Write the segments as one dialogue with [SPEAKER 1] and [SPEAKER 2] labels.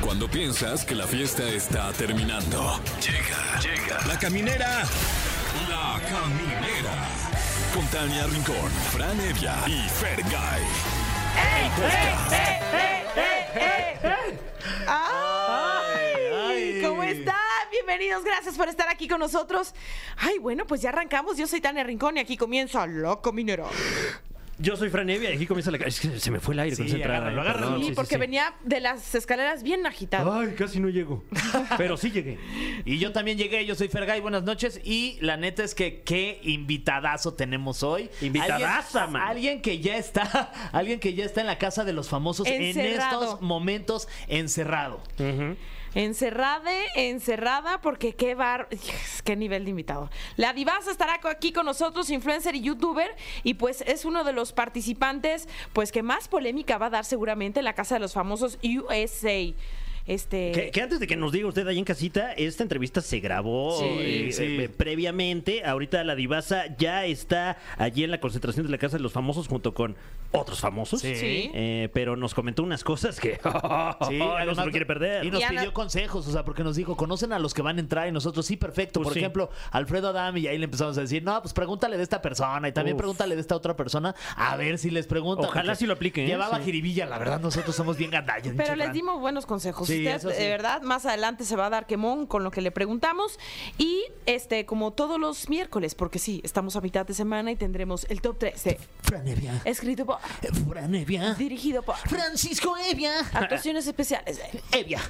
[SPEAKER 1] Cuando piensas que la fiesta está terminando. Llega, llega. La caminera. La caminera. Con Tania Rincón, Fran Evia y Fer
[SPEAKER 2] ¡Ay! ¿Cómo están? Bienvenidos, gracias por estar aquí con nosotros. Ay, bueno, pues ya arrancamos. Yo soy Tania Rincón y aquí comienza La Caminera.
[SPEAKER 3] Yo soy Fran Evia y aquí comienza la... Es que se me fue el aire
[SPEAKER 4] Sí,
[SPEAKER 3] concentrada.
[SPEAKER 4] agárralo, agárralo.
[SPEAKER 3] perdón,
[SPEAKER 2] Ah, Sí, Ah.
[SPEAKER 3] sí,
[SPEAKER 2] porque
[SPEAKER 3] sí.
[SPEAKER 2] venía de las escaleras bien agitado.
[SPEAKER 3] Ay, casi no llego. Pero sí llegué.
[SPEAKER 4] Y yo también llegué, yo soy Fergay, buenas noches. Y la neta es que qué invitadazo tenemos hoy.
[SPEAKER 3] Invitadaza,
[SPEAKER 4] Alguien-
[SPEAKER 3] man.
[SPEAKER 4] Alguien que ya está, alguien que ya está en la casa de los famosos
[SPEAKER 2] Encerrado.
[SPEAKER 4] en estos momentos encerrado.
[SPEAKER 2] Encerrade, encerrada, porque qué bar... Yes, qué nivel de invitado. La divaza estará co- aquí con nosotros, influencer y youtuber, y pues es uno de los participantes pues que más polémica va a dar seguramente en la Casa de los Famosos USA. Este...
[SPEAKER 3] Que, que antes de que nos diga usted ahí en casita, esta entrevista se grabó
[SPEAKER 2] Sí,
[SPEAKER 3] eh,
[SPEAKER 4] sí.
[SPEAKER 3] eh, previamente. Ahorita la divasa ya está allí en la concentración de la Casa de los Famosos junto con otros famosos.
[SPEAKER 4] Sí.
[SPEAKER 2] Sí.
[SPEAKER 3] Eh, pero nos comentó unas cosas que oh, no se
[SPEAKER 4] además-
[SPEAKER 3] lo quiere perder.
[SPEAKER 4] Y nos
[SPEAKER 2] Y Ana-
[SPEAKER 4] pidió consejos, o sea, porque nos dijo, ¿conocen a los que van a entrar? Y nosotros, sí, perfecto.
[SPEAKER 3] Pues
[SPEAKER 4] Por
[SPEAKER 3] sí.
[SPEAKER 4] ejemplo, Alfredo Adam, y ahí le empezamos a decir, no, pues pregúntale de esta persona y también
[SPEAKER 3] Uf.
[SPEAKER 4] pregúntale de esta otra persona, a ver si les pregunta.
[SPEAKER 3] Ojalá sí lo apliquen, ¿eh?
[SPEAKER 4] Llevaba
[SPEAKER 3] Sí.
[SPEAKER 4] jiribilla, la verdad, nosotros somos bien gandallas.
[SPEAKER 2] Pero
[SPEAKER 4] pinche
[SPEAKER 2] les
[SPEAKER 4] Fran.
[SPEAKER 2] dimos buenos consejos.
[SPEAKER 4] Sí,
[SPEAKER 2] Usted,
[SPEAKER 4] eso sí.
[SPEAKER 2] de verdad, más adelante se va a dar quemón con lo que le preguntamos. Y este, como todos los miércoles, porque sí, estamos a mitad de semana y tendremos el top 3 de
[SPEAKER 4] Fran Evia.
[SPEAKER 2] escrito por,
[SPEAKER 4] Eh, Fran Evia.
[SPEAKER 2] dirigido por,
[SPEAKER 4] Francisco Evia.
[SPEAKER 2] actuaciones especiales de
[SPEAKER 4] Evia.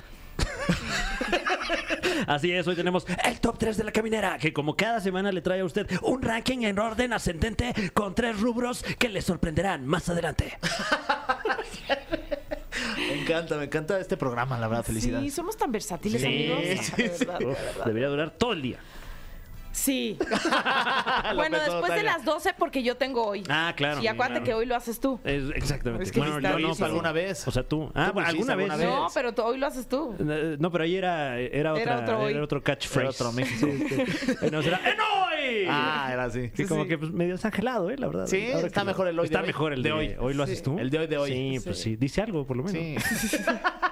[SPEAKER 3] Así es, hoy tenemos el top 3 de la caminera, que como cada semana le trae a usted un ranking en orden ascendente con tres rubros que le sorprenderán más adelante.
[SPEAKER 4] Me encanta, me encanta este programa, la verdad,
[SPEAKER 2] Sí,
[SPEAKER 4] felicidades.
[SPEAKER 2] somos tan versátiles,
[SPEAKER 3] Sí,
[SPEAKER 2] amigos.
[SPEAKER 3] sí,
[SPEAKER 2] De verdad, de
[SPEAKER 3] Uf,
[SPEAKER 2] verdad.
[SPEAKER 3] debería durar todo el día.
[SPEAKER 2] Sí.
[SPEAKER 4] La
[SPEAKER 2] bueno,
[SPEAKER 4] pensó
[SPEAKER 2] después de
[SPEAKER 4] Tania.
[SPEAKER 2] las 12, porque yo tengo hoy.
[SPEAKER 3] Ah, claro.
[SPEAKER 2] Y acuérdate
[SPEAKER 3] claro. Eh,
[SPEAKER 2] que hoy lo haces tú.
[SPEAKER 3] Es- exactamente.
[SPEAKER 2] Es que sí está
[SPEAKER 3] yo
[SPEAKER 2] bien.
[SPEAKER 3] pero-
[SPEAKER 4] ¿Alguna vez?
[SPEAKER 3] O sea, tú. Ah,
[SPEAKER 4] Tú lo
[SPEAKER 3] alguna
[SPEAKER 4] hiciste
[SPEAKER 3] vez.
[SPEAKER 4] alguna vez.
[SPEAKER 2] No, pero tú- hoy lo haces tú.
[SPEAKER 3] Eh, No, pero ahí era, era, otra, era
[SPEAKER 2] otro
[SPEAKER 3] otro,
[SPEAKER 2] hoy.
[SPEAKER 3] catchphrase.
[SPEAKER 4] Era otro México.
[SPEAKER 3] Eh, no, será, ¡En hoy!
[SPEAKER 4] Ah, era así.
[SPEAKER 3] Sí, como que pues, medio desangelado, ¿eh? La verdad.
[SPEAKER 4] Sí,
[SPEAKER 3] Ahora
[SPEAKER 4] está
[SPEAKER 3] que-
[SPEAKER 4] mejor el hoy de
[SPEAKER 3] Está
[SPEAKER 4] hoy.
[SPEAKER 3] mejor el de,
[SPEAKER 4] De
[SPEAKER 3] hoy.
[SPEAKER 4] hoy.
[SPEAKER 3] Hoy lo haces tú.
[SPEAKER 4] El de hoy de hoy.
[SPEAKER 3] Sí, pues sí. Dice algo, por lo menos.
[SPEAKER 4] Sí.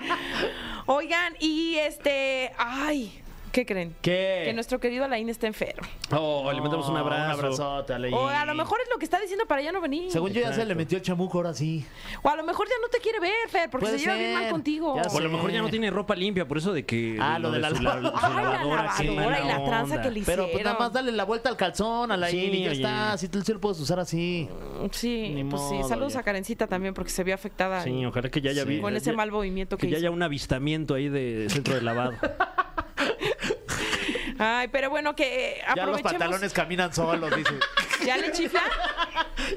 [SPEAKER 2] Oigan, y este. Ay, ¿qué creen?
[SPEAKER 4] ¿Qué?
[SPEAKER 2] Que nuestro querido Alain está enfermo.
[SPEAKER 3] Oh, le mandamos un abrazo.
[SPEAKER 4] Un abrazote, Aleín.
[SPEAKER 2] O a lo mejor es lo que está diciendo para ya no venir.
[SPEAKER 4] Según yo ya se
[SPEAKER 3] Exacto.
[SPEAKER 4] le metió el chamuco ahora sí.
[SPEAKER 2] O a lo mejor ya no te quiere ver, Fer, porque se
[SPEAKER 4] Puede
[SPEAKER 2] lleva bien
[SPEAKER 4] ser.
[SPEAKER 2] mal contigo.
[SPEAKER 4] Ya
[SPEAKER 3] O a lo
[SPEAKER 4] Sí.
[SPEAKER 3] mejor ya no tiene ropa limpia, por eso de que.
[SPEAKER 4] Ah, lo de la
[SPEAKER 3] su
[SPEAKER 4] lava-
[SPEAKER 3] la- su
[SPEAKER 2] Ay, la
[SPEAKER 3] qué
[SPEAKER 2] lavadora
[SPEAKER 3] mala
[SPEAKER 2] y la tranza
[SPEAKER 3] onda.
[SPEAKER 2] que le
[SPEAKER 4] Pero pues nada
[SPEAKER 2] Hicieron.
[SPEAKER 4] más dale la vuelta al calzón, Alain,
[SPEAKER 3] Sí,
[SPEAKER 4] y ya
[SPEAKER 3] oye.
[SPEAKER 4] está. Así tú sí lo puedes usar así.
[SPEAKER 2] Sí,
[SPEAKER 4] Ni
[SPEAKER 2] pues sí.
[SPEAKER 4] modo,
[SPEAKER 2] Saludos
[SPEAKER 4] ya.
[SPEAKER 2] a Karencita también porque se vio afectada
[SPEAKER 3] Sí, ojalá que ya haya
[SPEAKER 4] Sí.
[SPEAKER 3] vi-
[SPEAKER 2] con ese
[SPEAKER 3] ya-
[SPEAKER 2] mal movimiento que,
[SPEAKER 3] Que ya
[SPEAKER 2] hizo.
[SPEAKER 3] haya un avistamiento ahí de centro de lavado.
[SPEAKER 2] Ay, pero bueno, que eh,
[SPEAKER 4] Ya los
[SPEAKER 2] aprovechemos.
[SPEAKER 4] pantalones caminan solos, dice.
[SPEAKER 2] ¿Ya le chifla?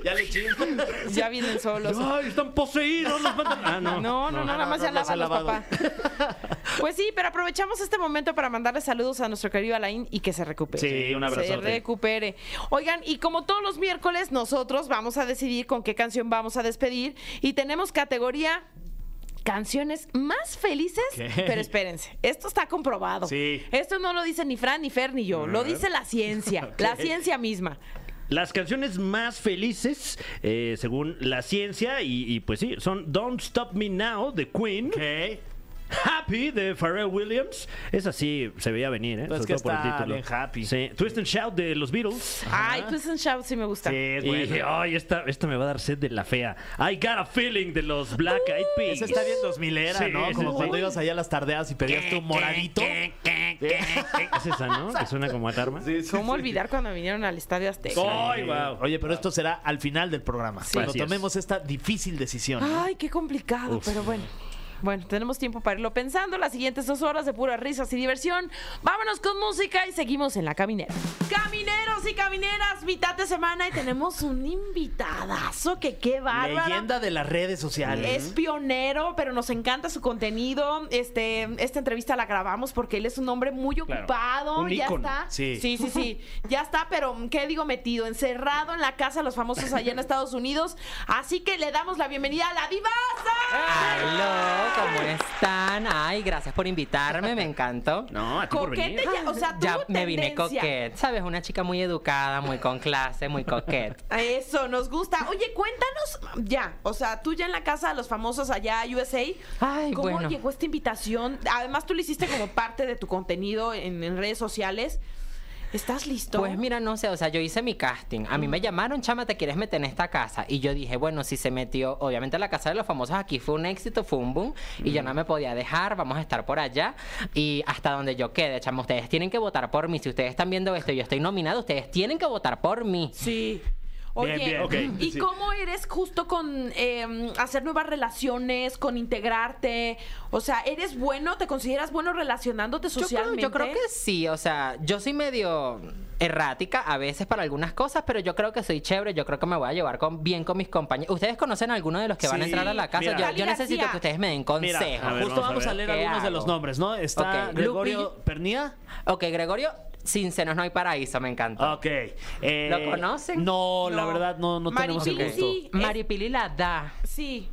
[SPEAKER 4] ya le chingo.
[SPEAKER 2] ya vienen solos.
[SPEAKER 3] ¡Ay, están poseídos los pantalones! Ah, no.
[SPEAKER 2] No, no, no, nada
[SPEAKER 4] no,
[SPEAKER 2] más
[SPEAKER 4] no
[SPEAKER 2] ya
[SPEAKER 4] los ha
[SPEAKER 2] lávalos, papá.
[SPEAKER 4] lavado.
[SPEAKER 2] Pues sí, pero aprovechamos este momento para mandarle saludos a nuestro querido Alain y que se recupere.
[SPEAKER 3] Sí, un
[SPEAKER 2] Se
[SPEAKER 3] abrazote.
[SPEAKER 2] recupere. Oigan, y como todos los miércoles, nosotros vamos a decidir con qué canción vamos a despedir y tenemos categoría canciones más felices,
[SPEAKER 4] Ok.
[SPEAKER 2] pero espérense, esto está comprobado.
[SPEAKER 4] Sí.
[SPEAKER 2] Esto no lo dice ni Fran, ni Fer, ni yo, lo dice la ciencia, la ciencia misma.
[SPEAKER 3] Las canciones más felices, eh, según la ciencia, y, y pues sí, son Don't Stop Me Now de Queen.
[SPEAKER 4] Ok.
[SPEAKER 3] Happy de Pharrell Williams. Esa sí se veía venir, ¿eh?
[SPEAKER 4] Pues
[SPEAKER 3] Sobre
[SPEAKER 4] que
[SPEAKER 3] todo por el
[SPEAKER 4] está
[SPEAKER 3] título.
[SPEAKER 4] bien happy.
[SPEAKER 3] Sí. Twist and Shout de los Beatles.
[SPEAKER 2] Ay, Twist and Shout sí me gusta.
[SPEAKER 4] Sí, es
[SPEAKER 3] Y dije,
[SPEAKER 4] bueno.
[SPEAKER 3] ay, esta, esta me va a dar sed de la fea. I got a feeling de los Black Eyed Peas.
[SPEAKER 4] Esa Uh, está bien 2000 era,
[SPEAKER 3] Sí,
[SPEAKER 4] ¿no?
[SPEAKER 3] sí,
[SPEAKER 4] Como
[SPEAKER 3] sí.
[SPEAKER 4] cuando ibas allá a las tardeas y pedías tu moradito.
[SPEAKER 3] Es esa, ¿no? Que suena como alarma.
[SPEAKER 2] ¿Cómo olvidar cuando vinieron al Estadio Azteca?
[SPEAKER 3] Ay, wow.
[SPEAKER 4] Oye, pero esto será al final del programa. Cuando
[SPEAKER 3] Así es.
[SPEAKER 4] tomemos esta difícil decisión. ¿no?
[SPEAKER 2] Ay, qué complicado,
[SPEAKER 3] Uf.
[SPEAKER 2] pero bueno. Bueno, tenemos tiempo para irlo pensando. Las siguientes dos horas de puras risas y diversión. Vámonos con música y seguimos en la caminera. Camineros y camineras, mitad de semana y tenemos un invitadazo que qué bárbaro.
[SPEAKER 4] Leyenda de las redes sociales.
[SPEAKER 2] Es pionero, pero nos encanta su contenido. Este, esta entrevista la grabamos porque él es un hombre muy
[SPEAKER 3] Claro.
[SPEAKER 2] ocupado.
[SPEAKER 3] Un
[SPEAKER 2] ya
[SPEAKER 3] ícono.
[SPEAKER 2] está.
[SPEAKER 4] Sí.
[SPEAKER 2] sí, sí, sí. Ya está, pero qué digo metido, encerrado en la casa de los famosos allá en Estados Unidos. Así que le damos la bienvenida a la
[SPEAKER 5] Aló,
[SPEAKER 2] divasa.
[SPEAKER 5] ¿cómo están? Ay, gracias por invitarme, me encantó.
[SPEAKER 3] No, a ti Ah, por venir.
[SPEAKER 2] Coquete ya, o sea, tuvo
[SPEAKER 5] Ya me vine
[SPEAKER 2] tendencia.
[SPEAKER 5] coquet, ¿sabes? Una chica muy educada, muy con clase, muy coqueta.
[SPEAKER 2] A Eso, nos gusta. Oye, cuéntanos ya, o sea, tú ya en la casa de los famosos allá, USA,
[SPEAKER 5] Ay,
[SPEAKER 2] ¿cómo
[SPEAKER 5] bueno.
[SPEAKER 2] llegó esta invitación? Además, tú lo hiciste como parte de tu contenido en, en redes sociales. ¿Estás listo?
[SPEAKER 5] Pues mira, no sé, o sea, yo hice mi casting. A mí me llamaron, chama, ¿te quieres meter en esta casa? Y yo dije, bueno, si se metió, obviamente la casa de los famosos aquí fue un éxito, fue un boom, y yo no me podía dejar, vamos a estar por allá. Y hasta donde yo quede, chama, ustedes tienen que votar por mí. Si ustedes están viendo esto y yo estoy nominado, ustedes tienen que votar por mí.
[SPEAKER 2] Sí. Oye,
[SPEAKER 4] bien, ok,
[SPEAKER 2] ¿y
[SPEAKER 4] sí.
[SPEAKER 2] cómo eres justo con eh, hacer nuevas relaciones, con integrarte? O sea, ¿eres bueno? ¿Te consideras bueno relacionándote
[SPEAKER 5] Yo creo,
[SPEAKER 2] socialmente?
[SPEAKER 5] yo creo que sí, o sea, yo soy medio errática a veces para algunas cosas, pero yo creo que soy chévere, yo creo que me voy a llevar con, bien con mis compañeros. ¿Ustedes conocen a alguno de los que van a
[SPEAKER 4] Sí,
[SPEAKER 5] entrar a la casa?
[SPEAKER 4] mira.
[SPEAKER 5] Yo-
[SPEAKER 2] Cali
[SPEAKER 5] yo, necesito
[SPEAKER 2] García.
[SPEAKER 5] que ustedes me den
[SPEAKER 4] Mira,
[SPEAKER 5] consejos.
[SPEAKER 3] ver,
[SPEAKER 4] justo
[SPEAKER 3] vamos a
[SPEAKER 4] vamos a,
[SPEAKER 5] ver.
[SPEAKER 4] leer
[SPEAKER 5] ¿Qué
[SPEAKER 4] algunos de
[SPEAKER 5] hago?
[SPEAKER 4] los nombres, ¿no? Está
[SPEAKER 5] Ok,
[SPEAKER 4] Gregorio
[SPEAKER 5] Lupi.
[SPEAKER 4] Pernía.
[SPEAKER 5] Ok, Gregorio, sin senos no hay paraíso, me encanta.
[SPEAKER 4] Ok. eh,
[SPEAKER 5] ¿Lo conocen?
[SPEAKER 4] No, la
[SPEAKER 2] No.
[SPEAKER 4] verdad no, no tenemos el
[SPEAKER 2] Maripili,
[SPEAKER 4] gusto.
[SPEAKER 2] sí. es-
[SPEAKER 5] Maripili la da.
[SPEAKER 2] Sí.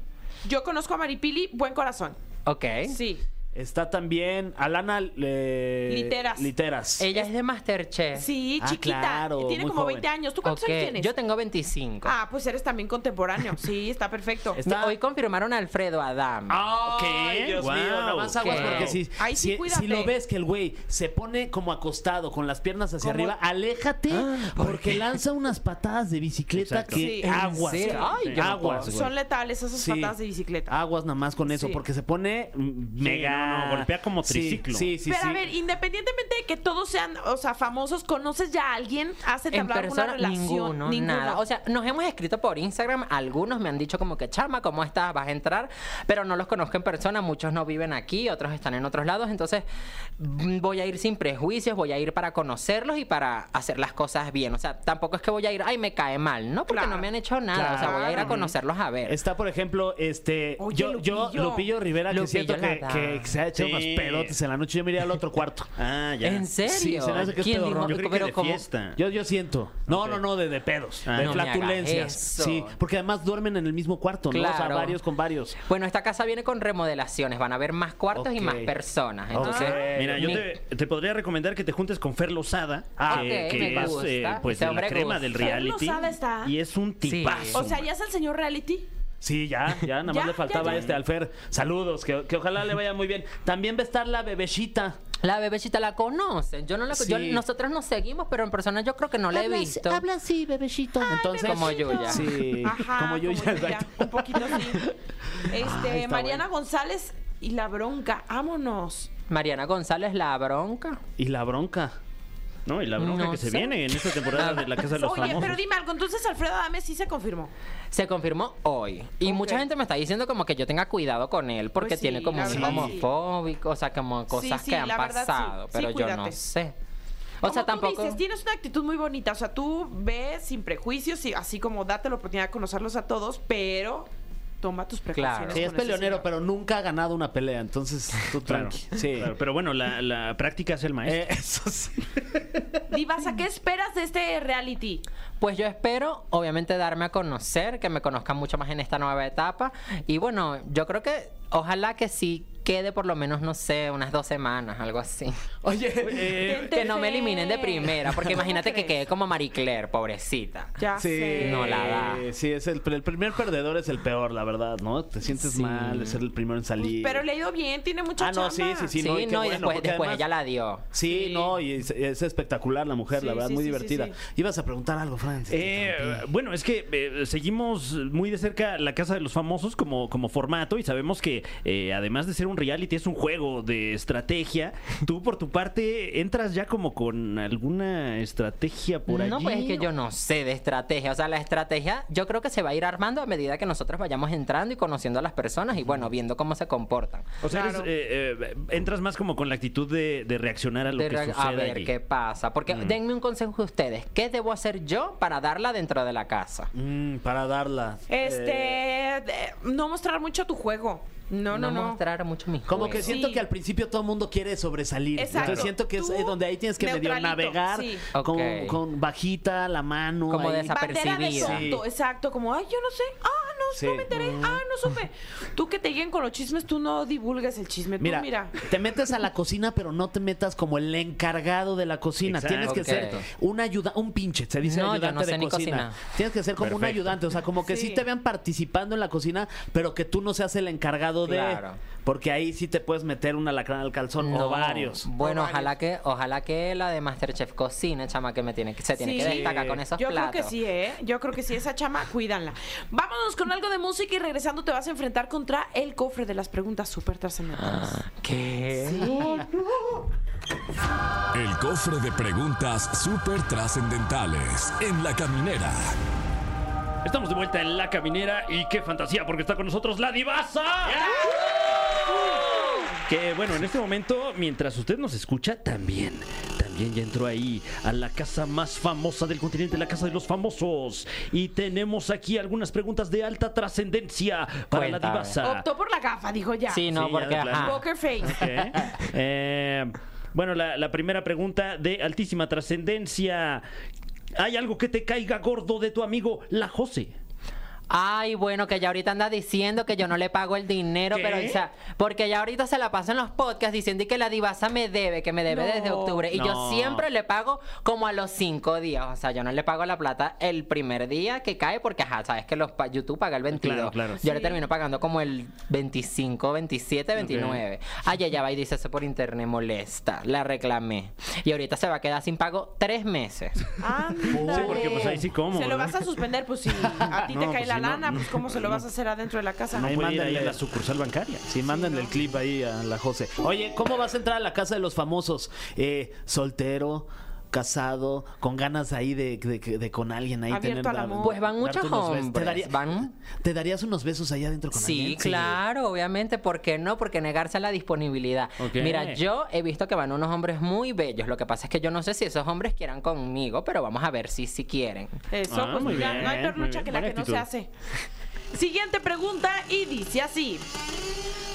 [SPEAKER 2] Yo conozco a Maripili, buen corazón.
[SPEAKER 5] Ok.
[SPEAKER 2] Sí.
[SPEAKER 4] Está también Alana eh,
[SPEAKER 2] Literas.
[SPEAKER 4] Literas.
[SPEAKER 5] Ella es de Masterchef.
[SPEAKER 2] Sí,
[SPEAKER 4] Ah,
[SPEAKER 2] chiquita.
[SPEAKER 4] claro,
[SPEAKER 2] Tiene
[SPEAKER 4] muy
[SPEAKER 2] como
[SPEAKER 4] joven.
[SPEAKER 2] 20 años. ¿Tú cuántos
[SPEAKER 5] Ok,
[SPEAKER 2] años tienes?
[SPEAKER 5] Yo tengo 25.
[SPEAKER 2] Ah, pues eres también contemporáneo. Sí, está perfecto.
[SPEAKER 4] Es-
[SPEAKER 5] Me- Este, Hoy confirmaron a Alfredo Adam.
[SPEAKER 4] Ay,
[SPEAKER 3] ¿Qué?
[SPEAKER 4] Dios
[SPEAKER 3] Wow.
[SPEAKER 4] mío, nada más aguas
[SPEAKER 5] ¿Qué?
[SPEAKER 4] porque si,
[SPEAKER 2] Ahí sí,
[SPEAKER 4] si,
[SPEAKER 2] cuídate.
[SPEAKER 4] si lo ves que el güey se pone como acostado con las piernas hacia
[SPEAKER 2] Como-
[SPEAKER 4] arriba, aléjate
[SPEAKER 3] ¿por
[SPEAKER 4] porque
[SPEAKER 3] qué?
[SPEAKER 4] lanza unas patadas de bicicleta
[SPEAKER 3] Exacto.
[SPEAKER 4] que
[SPEAKER 2] Sí.
[SPEAKER 4] aguas,
[SPEAKER 5] ¿En serio? Ay, yo no
[SPEAKER 4] aguas,
[SPEAKER 5] puedo.
[SPEAKER 4] güey.
[SPEAKER 2] Son letales esas
[SPEAKER 4] Sí. Ah,
[SPEAKER 2] patadas de bicicleta.
[SPEAKER 4] Aguas nada más con eso
[SPEAKER 2] Sí.
[SPEAKER 4] porque se pone mm,
[SPEAKER 3] Sí,
[SPEAKER 4] mega
[SPEAKER 3] no, no, golpea como
[SPEAKER 4] Sí,
[SPEAKER 3] triciclo.
[SPEAKER 4] Sí, sí,
[SPEAKER 2] Pero
[SPEAKER 4] sí.
[SPEAKER 2] a ver, independientemente de que todos sean, o sea, famosos, ¿conoces ya a alguien? ¿Has
[SPEAKER 5] En
[SPEAKER 2] entablado alguna
[SPEAKER 5] persona,
[SPEAKER 2] relación?
[SPEAKER 5] ninguno, nada. O sea, nos hemos escrito por Instagram. Algunos me han dicho como que, chama, ¿cómo estás? ¿Vas a entrar? Pero no los conozco en persona. Muchos no viven aquí, otros están en otros lados. Entonces, mm, voy a ir sin prejuicios, voy a ir para conocerlos y para hacer las cosas bien. O sea, tampoco es que voy a ir, ay, me cae mal, ¿no? Porque
[SPEAKER 2] Claro.
[SPEAKER 5] no me han hecho nada. O sea, voy a ir a
[SPEAKER 2] Claro.
[SPEAKER 5] conocerlos a ver.
[SPEAKER 4] Está, por ejemplo, este.
[SPEAKER 2] Oye,
[SPEAKER 4] yo, yo,
[SPEAKER 2] Lupillo.
[SPEAKER 4] Lupillo Rivera, que
[SPEAKER 5] Lupillo
[SPEAKER 4] siento que,
[SPEAKER 5] Lada.
[SPEAKER 4] que se ha hecho
[SPEAKER 3] Sí.
[SPEAKER 4] unos pedotes en la noche. Yo me iría al otro cuarto.
[SPEAKER 3] Ah, ya.
[SPEAKER 5] ¿En serio?
[SPEAKER 4] Sí, se me hace que es
[SPEAKER 5] ¿Quién
[SPEAKER 4] pedorrón.
[SPEAKER 5] dijo?
[SPEAKER 4] Yo
[SPEAKER 3] creo que
[SPEAKER 5] Pero
[SPEAKER 3] de
[SPEAKER 5] ¿cómo?
[SPEAKER 3] fiesta.
[SPEAKER 4] Yo, yo siento. No,
[SPEAKER 3] Ah. Ok.
[SPEAKER 4] no, no, de, de pedos.
[SPEAKER 3] Ah.
[SPEAKER 4] de
[SPEAKER 5] No me hagas
[SPEAKER 4] flatulencias.
[SPEAKER 5] eso.
[SPEAKER 4] Sí, porque además duermen en el mismo cuarto, ¿no? O sea,
[SPEAKER 5] Claro.
[SPEAKER 4] varios con varios.
[SPEAKER 5] Bueno, esta casa viene con remodelaciones. Van a haber más cuartos y
[SPEAKER 4] Ok.
[SPEAKER 5] más personas. Entonces,
[SPEAKER 4] Ok.
[SPEAKER 3] Mira, yo
[SPEAKER 5] mi-
[SPEAKER 3] te, te podría recomendar que te juntes con Fer Lozada,
[SPEAKER 4] Ah,
[SPEAKER 3] que,
[SPEAKER 5] ok,
[SPEAKER 3] que
[SPEAKER 5] me
[SPEAKER 3] es
[SPEAKER 5] gusta.
[SPEAKER 3] eh, pues
[SPEAKER 5] Ese
[SPEAKER 3] de la
[SPEAKER 5] hombre
[SPEAKER 3] crema
[SPEAKER 5] gusta.
[SPEAKER 3] del
[SPEAKER 5] Fer
[SPEAKER 3] reality.
[SPEAKER 2] Lozada está.
[SPEAKER 3] Y es un tipazo.
[SPEAKER 2] O sea, ya es el señor reality.
[SPEAKER 4] Sí, ya, ya, nada más
[SPEAKER 2] Ya,
[SPEAKER 4] le faltaba
[SPEAKER 2] ya, ya.
[SPEAKER 4] este Alfer. Saludos, que, que ojalá le vaya muy bien. También va a estar la bebecita.
[SPEAKER 5] La bebecita la conocen. Yo no la yo-
[SPEAKER 4] Sí.
[SPEAKER 5] nosotras nos seguimos, pero en persona yo creo que no la he visto.
[SPEAKER 6] así, bebecito.
[SPEAKER 4] Entonces,
[SPEAKER 5] como Yuya.
[SPEAKER 4] Sí,
[SPEAKER 2] Ajá,
[SPEAKER 4] como yo ya. exacto.
[SPEAKER 2] Un poquito así. Este,
[SPEAKER 4] Ay, está
[SPEAKER 2] Mariana
[SPEAKER 4] bueno.
[SPEAKER 2] González y la bronca. Vámonos.
[SPEAKER 5] Mariana González, la bronca.
[SPEAKER 4] Y la bronca.
[SPEAKER 3] No, y la bronca
[SPEAKER 5] No
[SPEAKER 3] que se
[SPEAKER 5] sé.
[SPEAKER 3] viene en esta temporada de la Casa de los
[SPEAKER 2] Oye,
[SPEAKER 3] Famosos.
[SPEAKER 2] pero dime algo. Entonces, Alfredo Adame sí se confirmó.
[SPEAKER 5] Se confirmó hoy. Y
[SPEAKER 2] Ok.
[SPEAKER 5] mucha gente me está diciendo como que yo tenga cuidado con él, porque
[SPEAKER 2] Pues sí,
[SPEAKER 5] tiene como
[SPEAKER 2] la
[SPEAKER 5] un
[SPEAKER 2] verdad sí.
[SPEAKER 5] homofóbico, o sea, como cosas
[SPEAKER 2] sí,
[SPEAKER 5] que han
[SPEAKER 2] la verdad sí.
[SPEAKER 5] pasado.
[SPEAKER 2] Sí,
[SPEAKER 5] Pero yo no
[SPEAKER 2] cuídate.
[SPEAKER 5] sé. O
[SPEAKER 2] Como
[SPEAKER 5] sea,
[SPEAKER 2] tú
[SPEAKER 5] tampoco.
[SPEAKER 2] dices, tienes una actitud muy bonita. O sea, tú ves sin prejuicios y así como date la oportunidad de conocerlos a todos, pero toma tus precauciones.
[SPEAKER 5] Claro.
[SPEAKER 4] Sí, es
[SPEAKER 2] con ese
[SPEAKER 4] peleonero,
[SPEAKER 2] señor.
[SPEAKER 4] pero nunca ha ganado una pelea. Entonces, tú
[SPEAKER 3] Claro,
[SPEAKER 4] tranqui. Sí.
[SPEAKER 3] claro, pero bueno, la, la práctica es el maestro.
[SPEAKER 4] Eh, eso sí.
[SPEAKER 2] Divasa, ¿qué esperas de este reality?
[SPEAKER 5] Pues yo espero, obviamente, darme a conocer, que me conozcan mucho más en esta nueva etapa. Y bueno, yo creo que ojalá que sí quede por lo menos, no sé, unas dos semanas, algo así.
[SPEAKER 4] Oye, eh,
[SPEAKER 5] Que no me eliminen de primera, porque
[SPEAKER 2] ¿Cómo
[SPEAKER 5] imagínate que
[SPEAKER 2] crees?
[SPEAKER 5] quede como Marie Claire, pobrecita.
[SPEAKER 2] Ya sé.
[SPEAKER 5] No la da.
[SPEAKER 4] Sí, es el, el primer perdedor es el peor, la verdad, ¿no? Te sientes
[SPEAKER 5] Sí.
[SPEAKER 4] mal de ser el primero en
[SPEAKER 2] Pues,
[SPEAKER 4] salir.
[SPEAKER 2] pero le ha ido bien, tiene mucha
[SPEAKER 4] Ah, no, sí,
[SPEAKER 2] chamba.
[SPEAKER 4] sí,
[SPEAKER 5] Sí, no,
[SPEAKER 4] y
[SPEAKER 5] y,
[SPEAKER 4] qué bueno,
[SPEAKER 5] después,
[SPEAKER 4] porque
[SPEAKER 5] después
[SPEAKER 4] además-
[SPEAKER 5] ella la dio.
[SPEAKER 4] Sí,
[SPEAKER 2] Sí.
[SPEAKER 4] no, y es, es espectacular la mujer,
[SPEAKER 2] Sí,
[SPEAKER 4] la verdad,
[SPEAKER 2] sí,
[SPEAKER 4] muy
[SPEAKER 2] sí, sí,
[SPEAKER 4] divertida.
[SPEAKER 2] sí.
[SPEAKER 4] Ibas a preguntar algo, Francis.
[SPEAKER 3] Eh, bueno, es que eh, seguimos muy de cerca la Casa de los Famosos como, como formato y sabemos que eh, además de ser un reality es un juego de estrategia. Tú por tu parte entras ya como con alguna estrategia por allí.
[SPEAKER 5] No, pues es que yo no sé de estrategia. O sea, la estrategia yo creo que se va a ir armando a medida que nosotros vayamos entrando y conociendo a las personas y bueno, viendo cómo se comportan.
[SPEAKER 3] O sea, eres,
[SPEAKER 2] Claro.
[SPEAKER 3] eh, eh, entras más como con la actitud de, de reaccionar a lo
[SPEAKER 5] De
[SPEAKER 3] que
[SPEAKER 5] re-
[SPEAKER 3] sucede
[SPEAKER 5] a ver
[SPEAKER 3] allí. Mm.
[SPEAKER 5] qué pasa. Porque denme un consejo de ustedes. ¿Qué debo hacer yo para darla dentro de la casa?
[SPEAKER 4] Mm, para darla. Eh,
[SPEAKER 2] Este, de- no mostrar mucho tu juego. No, no, no.
[SPEAKER 5] mostrar mucho mis
[SPEAKER 4] como que
[SPEAKER 5] juegos.
[SPEAKER 4] siento
[SPEAKER 2] pues, Sí.
[SPEAKER 4] que al principio todo el mundo quiere sobresalir.
[SPEAKER 2] Exacto.
[SPEAKER 4] Entonces siento que es
[SPEAKER 2] Tú,
[SPEAKER 4] eh, donde ahí tienes que medio
[SPEAKER 2] neutralito,
[SPEAKER 4] navegar
[SPEAKER 2] sí.
[SPEAKER 4] con,
[SPEAKER 5] Ok.
[SPEAKER 4] con bajita la mano.
[SPEAKER 5] Como
[SPEAKER 4] ahí.
[SPEAKER 5] de esa-
[SPEAKER 2] Bandera de
[SPEAKER 5] Apercibida.
[SPEAKER 2] tonto, exacto. Como, ay, yo no sé. Ah, no no,
[SPEAKER 4] Sí. Mm.
[SPEAKER 2] no me enteré. Ah, no supe. Tú que te lleguen con los chismes, tú no divulgues el chisme. Tú
[SPEAKER 4] Mira,
[SPEAKER 2] mira,
[SPEAKER 4] te metes a la cocina, pero no te metas como el encargado de la cocina.
[SPEAKER 3] Exacto.
[SPEAKER 4] Tienes que
[SPEAKER 5] Ok.
[SPEAKER 4] ser un ayuda, un pinche, se dice
[SPEAKER 5] No, yo
[SPEAKER 4] ayudante
[SPEAKER 5] no sé
[SPEAKER 4] de
[SPEAKER 5] ni
[SPEAKER 4] cocina.
[SPEAKER 5] cocinar.
[SPEAKER 4] Tienes que ser como un
[SPEAKER 3] Perfecto.
[SPEAKER 4] ayudante, o sea, como que sí.
[SPEAKER 2] Sí.
[SPEAKER 4] te vean participando en la cocina, pero que tú no seas el encargado
[SPEAKER 5] Claro.
[SPEAKER 4] de, porque ahí sí te puedes meter un alacrán al calzón
[SPEAKER 5] No.
[SPEAKER 4] o varios.
[SPEAKER 5] Bueno, ojalá que, ojalá que la de Masterchef cocine, chama, que me tiene que, se tiene que destacar con esos
[SPEAKER 2] Yo
[SPEAKER 5] platos.
[SPEAKER 2] creo que sí, ¿eh? Yo creo que sí. Esa chama, cuídanla. Vámonos con algo de música y regresando te vas a enfrentar contra el cofre de las preguntas súper trascendentales.
[SPEAKER 5] ¿Qué?
[SPEAKER 1] El cofre de preguntas súper trascendentales en la caminera.
[SPEAKER 3] Estamos de vuelta en La Caminera y qué fantasía porque está con nosotros la divaza. Que bueno, en este momento, mientras usted nos escucha, también, también ya entró ahí a la casa más famosa del continente, la casa de los famosos. Y tenemos aquí algunas preguntas de alta trascendencia para la
[SPEAKER 5] Cuéntame.
[SPEAKER 3] divaza.
[SPEAKER 2] Optó por la gafa, dijo ya.
[SPEAKER 5] Sí, no, Ah.
[SPEAKER 3] Sí, ya
[SPEAKER 5] porque
[SPEAKER 3] de plano.
[SPEAKER 5] ajá.
[SPEAKER 2] Poker face.
[SPEAKER 3] Ok. Eh, bueno, la, la primera pregunta de altísima trascendencia. ¿Hay algo que te caiga gordo de tu amigo, la Jose?
[SPEAKER 5] Ay, bueno, que ya ahorita anda diciendo que yo no le pago el dinero,
[SPEAKER 3] ¿Qué?
[SPEAKER 5] pero o sea, porque ya ahorita se la pasa en los podcasts diciendo y que la divasa me debe, que me debe
[SPEAKER 2] No.
[SPEAKER 5] desde octubre. Y
[SPEAKER 3] No.
[SPEAKER 5] yo siempre le pago como a los cinco días. O sea, yo no le pago la plata el primer día que cae, porque ajá, sabes que los pa- YouTube paga el 22.
[SPEAKER 3] Claro, claro.
[SPEAKER 5] Yo
[SPEAKER 2] Sí.
[SPEAKER 5] le termino pagando como el 25, 27, 29. Ay, ella va y dice eso por internet, molesta. La reclamé. Y ahorita se va a quedar sin pago tres meses.
[SPEAKER 2] Ándale.
[SPEAKER 3] Sí, porque, pues, ahí sí como,
[SPEAKER 2] Se lo
[SPEAKER 3] ¿no?
[SPEAKER 2] vas a suspender, pues si a ti te
[SPEAKER 3] No,
[SPEAKER 2] cae la
[SPEAKER 3] pues, sí, no,
[SPEAKER 2] lana,
[SPEAKER 3] no,
[SPEAKER 2] pues cómo se lo vas a hacer adentro de la casa.
[SPEAKER 3] No
[SPEAKER 4] Ahí
[SPEAKER 3] puede ir ahí
[SPEAKER 4] mándale.
[SPEAKER 3] a la sucursal bancaria.
[SPEAKER 4] Sí, mándenle el clip ahí a la José. Oye, ¿cómo vas a entrar a la casa de los famosos? Eh, soltero, casado, con ganas ahí de, de- de con alguien ahí.
[SPEAKER 2] Abierto al amor.
[SPEAKER 5] Pues van muchos
[SPEAKER 4] darte unos besos. ¿Te,
[SPEAKER 5] hombres,
[SPEAKER 4] daría-
[SPEAKER 5] van-
[SPEAKER 4] te darías unos besos ahí adentro con
[SPEAKER 5] Sí,
[SPEAKER 4] alguien?
[SPEAKER 5] claro, obviamente, ¿por qué no? Porque negarse a la disponibilidad.
[SPEAKER 3] Ok.
[SPEAKER 5] Mira, yo he visto que van unos hombres muy bellos. Lo que pasa es que yo no sé si esos hombres quieran conmigo, pero vamos a ver si si quieren.
[SPEAKER 2] Eso,
[SPEAKER 3] Ah,
[SPEAKER 2] pues
[SPEAKER 3] muy
[SPEAKER 2] mira,
[SPEAKER 3] bien,
[SPEAKER 2] no hay peor
[SPEAKER 3] muy
[SPEAKER 2] lucha
[SPEAKER 3] bien.
[SPEAKER 2] que la que
[SPEAKER 3] Buena
[SPEAKER 2] no
[SPEAKER 3] actitud.
[SPEAKER 2] se hace. Siguiente pregunta y dice así.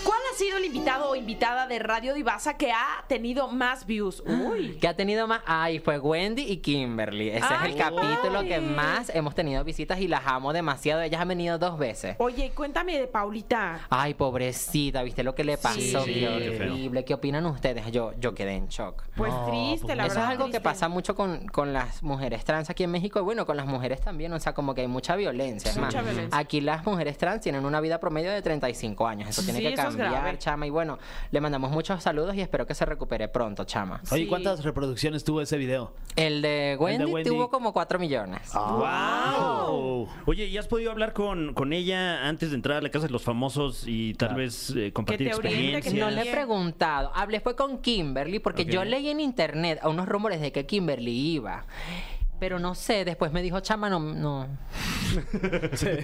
[SPEAKER 2] ¿Cuál ha sido el invitado o invitada de Radio Divaza que ha tenido más views?
[SPEAKER 3] Ah,
[SPEAKER 2] Uy.
[SPEAKER 5] ¿Qué ha tenido más? Ay, fue Wendy y Kimberly. Ese es
[SPEAKER 2] Ay,
[SPEAKER 5] el capítulo que
[SPEAKER 2] guay.
[SPEAKER 5] más hemos tenido visitas y las amo demasiado. Ellas han venido dos veces.
[SPEAKER 2] Oye, cuéntame de Paulita.
[SPEAKER 5] Ay, pobrecita, ¿viste lo que le pasó?
[SPEAKER 2] sí,
[SPEAKER 5] qué
[SPEAKER 3] qué feo.
[SPEAKER 5] horrible. ¿Qué opinan ustedes? Yo, yo quedé en shock.
[SPEAKER 2] Pues triste, la verdad.
[SPEAKER 5] Eso es algo que
[SPEAKER 2] triste.
[SPEAKER 5] pasa mucho con, con las mujeres trans aquí en México y bueno, con las mujeres también, o sea, como que hay mucha violencia. Es
[SPEAKER 2] Mucha
[SPEAKER 5] más,
[SPEAKER 2] violencia.
[SPEAKER 5] aquí las mujeres trans tienen una vida promedio de 35 años, eso tiene
[SPEAKER 2] Sí,
[SPEAKER 5] que
[SPEAKER 2] eso es grave.
[SPEAKER 5] cambiar, chama, y bueno, le mandamos muchos saludos y espero que se recupere pronto, chama.
[SPEAKER 4] Oye,
[SPEAKER 2] Sí.
[SPEAKER 4] ¿cuántas reproducciones tuvo ese video?
[SPEAKER 5] El de Wendy,
[SPEAKER 4] Wendy.
[SPEAKER 5] tuvo como 4 millones.
[SPEAKER 3] ¡Wow! Oye, ¿y has podido hablar con, con ella antes de entrar a la casa de los famosos y tal vez eh, compartir
[SPEAKER 2] Que te oriente,
[SPEAKER 3] experiencias?
[SPEAKER 2] que
[SPEAKER 5] No
[SPEAKER 2] Sí.
[SPEAKER 5] le he preguntado. Hablé fue con Kimberly porque
[SPEAKER 3] Ok.
[SPEAKER 5] yo leí en internet a unos rumores de que Kimberly iba. Pero no sé, después me dijo, chama, no, no,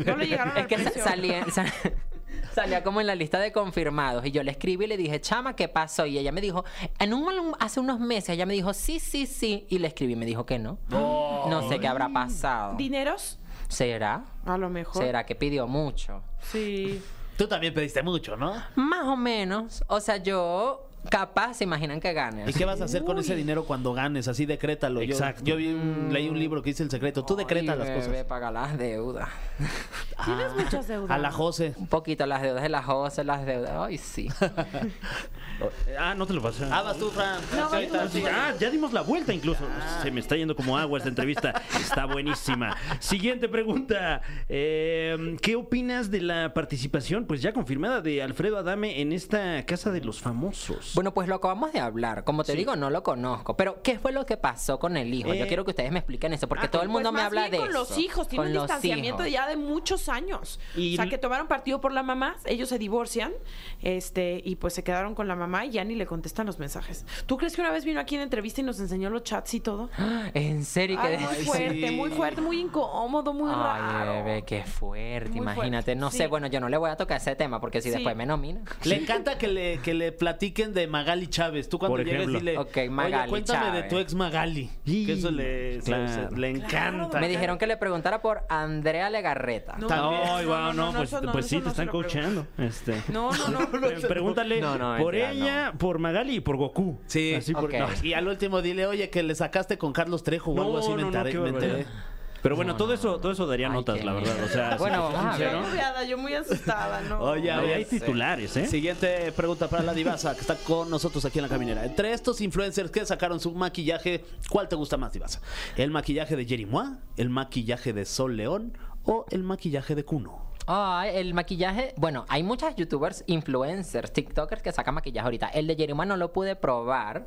[SPEAKER 2] No le llegaron
[SPEAKER 5] Es
[SPEAKER 2] al
[SPEAKER 5] que sa-
[SPEAKER 2] precio.
[SPEAKER 5] salía, sa- salía como en la lista de confirmados y yo le escribí y le dije, chama, ¿qué pasó? Y ella me dijo, en un, un- hace unos meses, ella me dijo, sí, sí, sí, y le escribí y me dijo que no. No sé qué habrá pasado.
[SPEAKER 2] ¿Dineros?
[SPEAKER 5] ¿Será?
[SPEAKER 2] A lo mejor.
[SPEAKER 5] ¿Será que pidió mucho?
[SPEAKER 2] Sí.
[SPEAKER 4] Tú también pediste mucho, ¿no?
[SPEAKER 5] Más o menos. O sea, yo capaz se imaginan que gane.
[SPEAKER 4] ¿Y qué vas a hacer con ese dinero cuando ganes? Así decrétalo. Yo-
[SPEAKER 3] Exacto.
[SPEAKER 4] Yo, vi un- leí un libro que dice el secreto. Tú decretas
[SPEAKER 5] Ay,
[SPEAKER 4] las
[SPEAKER 5] bebé,
[SPEAKER 4] cosas.
[SPEAKER 5] paga las deudas. Ah,
[SPEAKER 2] Tienes muchas deudas.
[SPEAKER 4] A la José.
[SPEAKER 5] Un poquito las deudas de las José, las deudas. Ay, sí.
[SPEAKER 3] Ah, no te lo pasé.
[SPEAKER 4] Ah, vas tú, Fran.
[SPEAKER 2] No, vas tú, vas tú.
[SPEAKER 3] Ah, ya dimos la vuelta incluso. Se me está yendo como agua esta entrevista. Está buenísima. Siguiente pregunta. Eh, ¿Qué opinas de la participación, pues ya confirmada, de Alfredo Adame en esta casa de los famosos?
[SPEAKER 5] Bueno, pues lo acabamos de hablar. Como te digo, no lo conozco. Pero, ¿qué fue lo que pasó con el hijo?
[SPEAKER 3] Eh,
[SPEAKER 5] Yo quiero que ustedes me expliquen eso, porque
[SPEAKER 2] Ah,
[SPEAKER 5] todo el
[SPEAKER 2] pues
[SPEAKER 5] mundo me
[SPEAKER 2] más
[SPEAKER 5] habla
[SPEAKER 2] bien
[SPEAKER 5] de
[SPEAKER 2] con
[SPEAKER 5] eso.
[SPEAKER 2] los hijos, tiene
[SPEAKER 5] Con
[SPEAKER 2] un
[SPEAKER 5] los
[SPEAKER 2] distanciamiento
[SPEAKER 5] hijos.
[SPEAKER 2] ya de muchos años.
[SPEAKER 3] Y-
[SPEAKER 2] O sea, que tomaron partido por la mamá, ellos se divorcian este y pues se quedaron con la mamá y ya ni le contestan los mensajes. ¿Tú crees que una vez vino aquí en entrevista y nos enseñó los chats y todo?
[SPEAKER 5] En serio, que
[SPEAKER 2] Ay, muy
[SPEAKER 4] sí.
[SPEAKER 2] fuerte, muy fuerte, muy incómodo, muy raro.
[SPEAKER 5] Ay, bebé, qué fuerte.
[SPEAKER 2] Muy
[SPEAKER 5] Imagínate.
[SPEAKER 2] fuerte,
[SPEAKER 5] No
[SPEAKER 2] sí.
[SPEAKER 5] sé, bueno, yo no le voy a tocar ese tema, porque si
[SPEAKER 2] Sí.
[SPEAKER 5] después me nomina.
[SPEAKER 4] Le encanta que le, que le platiquen de Magali Chávez. Tú cuando
[SPEAKER 3] Por
[SPEAKER 4] llegues
[SPEAKER 3] ejemplo.
[SPEAKER 4] dile,
[SPEAKER 5] Ok, Magali
[SPEAKER 4] oye, cuéntame de
[SPEAKER 5] Chávez".
[SPEAKER 4] tu ex Magali.
[SPEAKER 3] Y-
[SPEAKER 4] Que eso le,
[SPEAKER 3] Claro.
[SPEAKER 4] se- se- le encanta.
[SPEAKER 5] Me dijeron que le preguntara por Andrea Legarreta.
[SPEAKER 2] No,
[SPEAKER 4] También.
[SPEAKER 3] Ay, wow, no, pues,
[SPEAKER 2] eso no,
[SPEAKER 3] pues sí,
[SPEAKER 2] eso
[SPEAKER 3] te
[SPEAKER 2] no se
[SPEAKER 3] están
[SPEAKER 2] lo
[SPEAKER 3] coachando. Este.
[SPEAKER 2] No, no, no.
[SPEAKER 3] Pre- Pregúntale
[SPEAKER 5] No, no,
[SPEAKER 3] por
[SPEAKER 5] mentira,
[SPEAKER 3] ella, por Magali y por Goku.
[SPEAKER 4] Sí.
[SPEAKER 3] Así por-
[SPEAKER 5] Ok.
[SPEAKER 3] no,
[SPEAKER 4] Y al último dile, oye, que le sacaste con Carlos Trejo o
[SPEAKER 3] No,
[SPEAKER 4] algo así. me
[SPEAKER 3] no, no,
[SPEAKER 4] enteré-
[SPEAKER 3] qué
[SPEAKER 4] me enteré.
[SPEAKER 3] barbaridad. Pero bueno,
[SPEAKER 5] No,
[SPEAKER 3] todo
[SPEAKER 5] no,
[SPEAKER 3] eso, todo eso daría
[SPEAKER 5] Ay,
[SPEAKER 3] notas,
[SPEAKER 5] qué
[SPEAKER 3] la verdad.
[SPEAKER 5] miedo.
[SPEAKER 3] O sea,
[SPEAKER 5] Bueno,
[SPEAKER 3] si-
[SPEAKER 5] vamos a
[SPEAKER 3] si-
[SPEAKER 5] ver.
[SPEAKER 2] Ah, Yo
[SPEAKER 3] ¿no?
[SPEAKER 2] agobiada, yo muy asustada, ¿no?
[SPEAKER 4] Oye, a
[SPEAKER 3] Ahí
[SPEAKER 4] ver,
[SPEAKER 3] hay titulares, ¿eh?
[SPEAKER 4] Siguiente pregunta para la divasa que está con nosotros aquí en la caminera. Entre estos influencers que sacaron su maquillaje, ¿cuál te gusta más, divasa? ¿El maquillaje de Jerry Mois, el maquillaje de Sol León o el maquillaje de Kuno?
[SPEAKER 5] Ay, el maquillaje. Bueno, hay muchas youtubers, influencers, TikTokers que sacan maquillaje ahorita. El de Jerima no lo pude probar.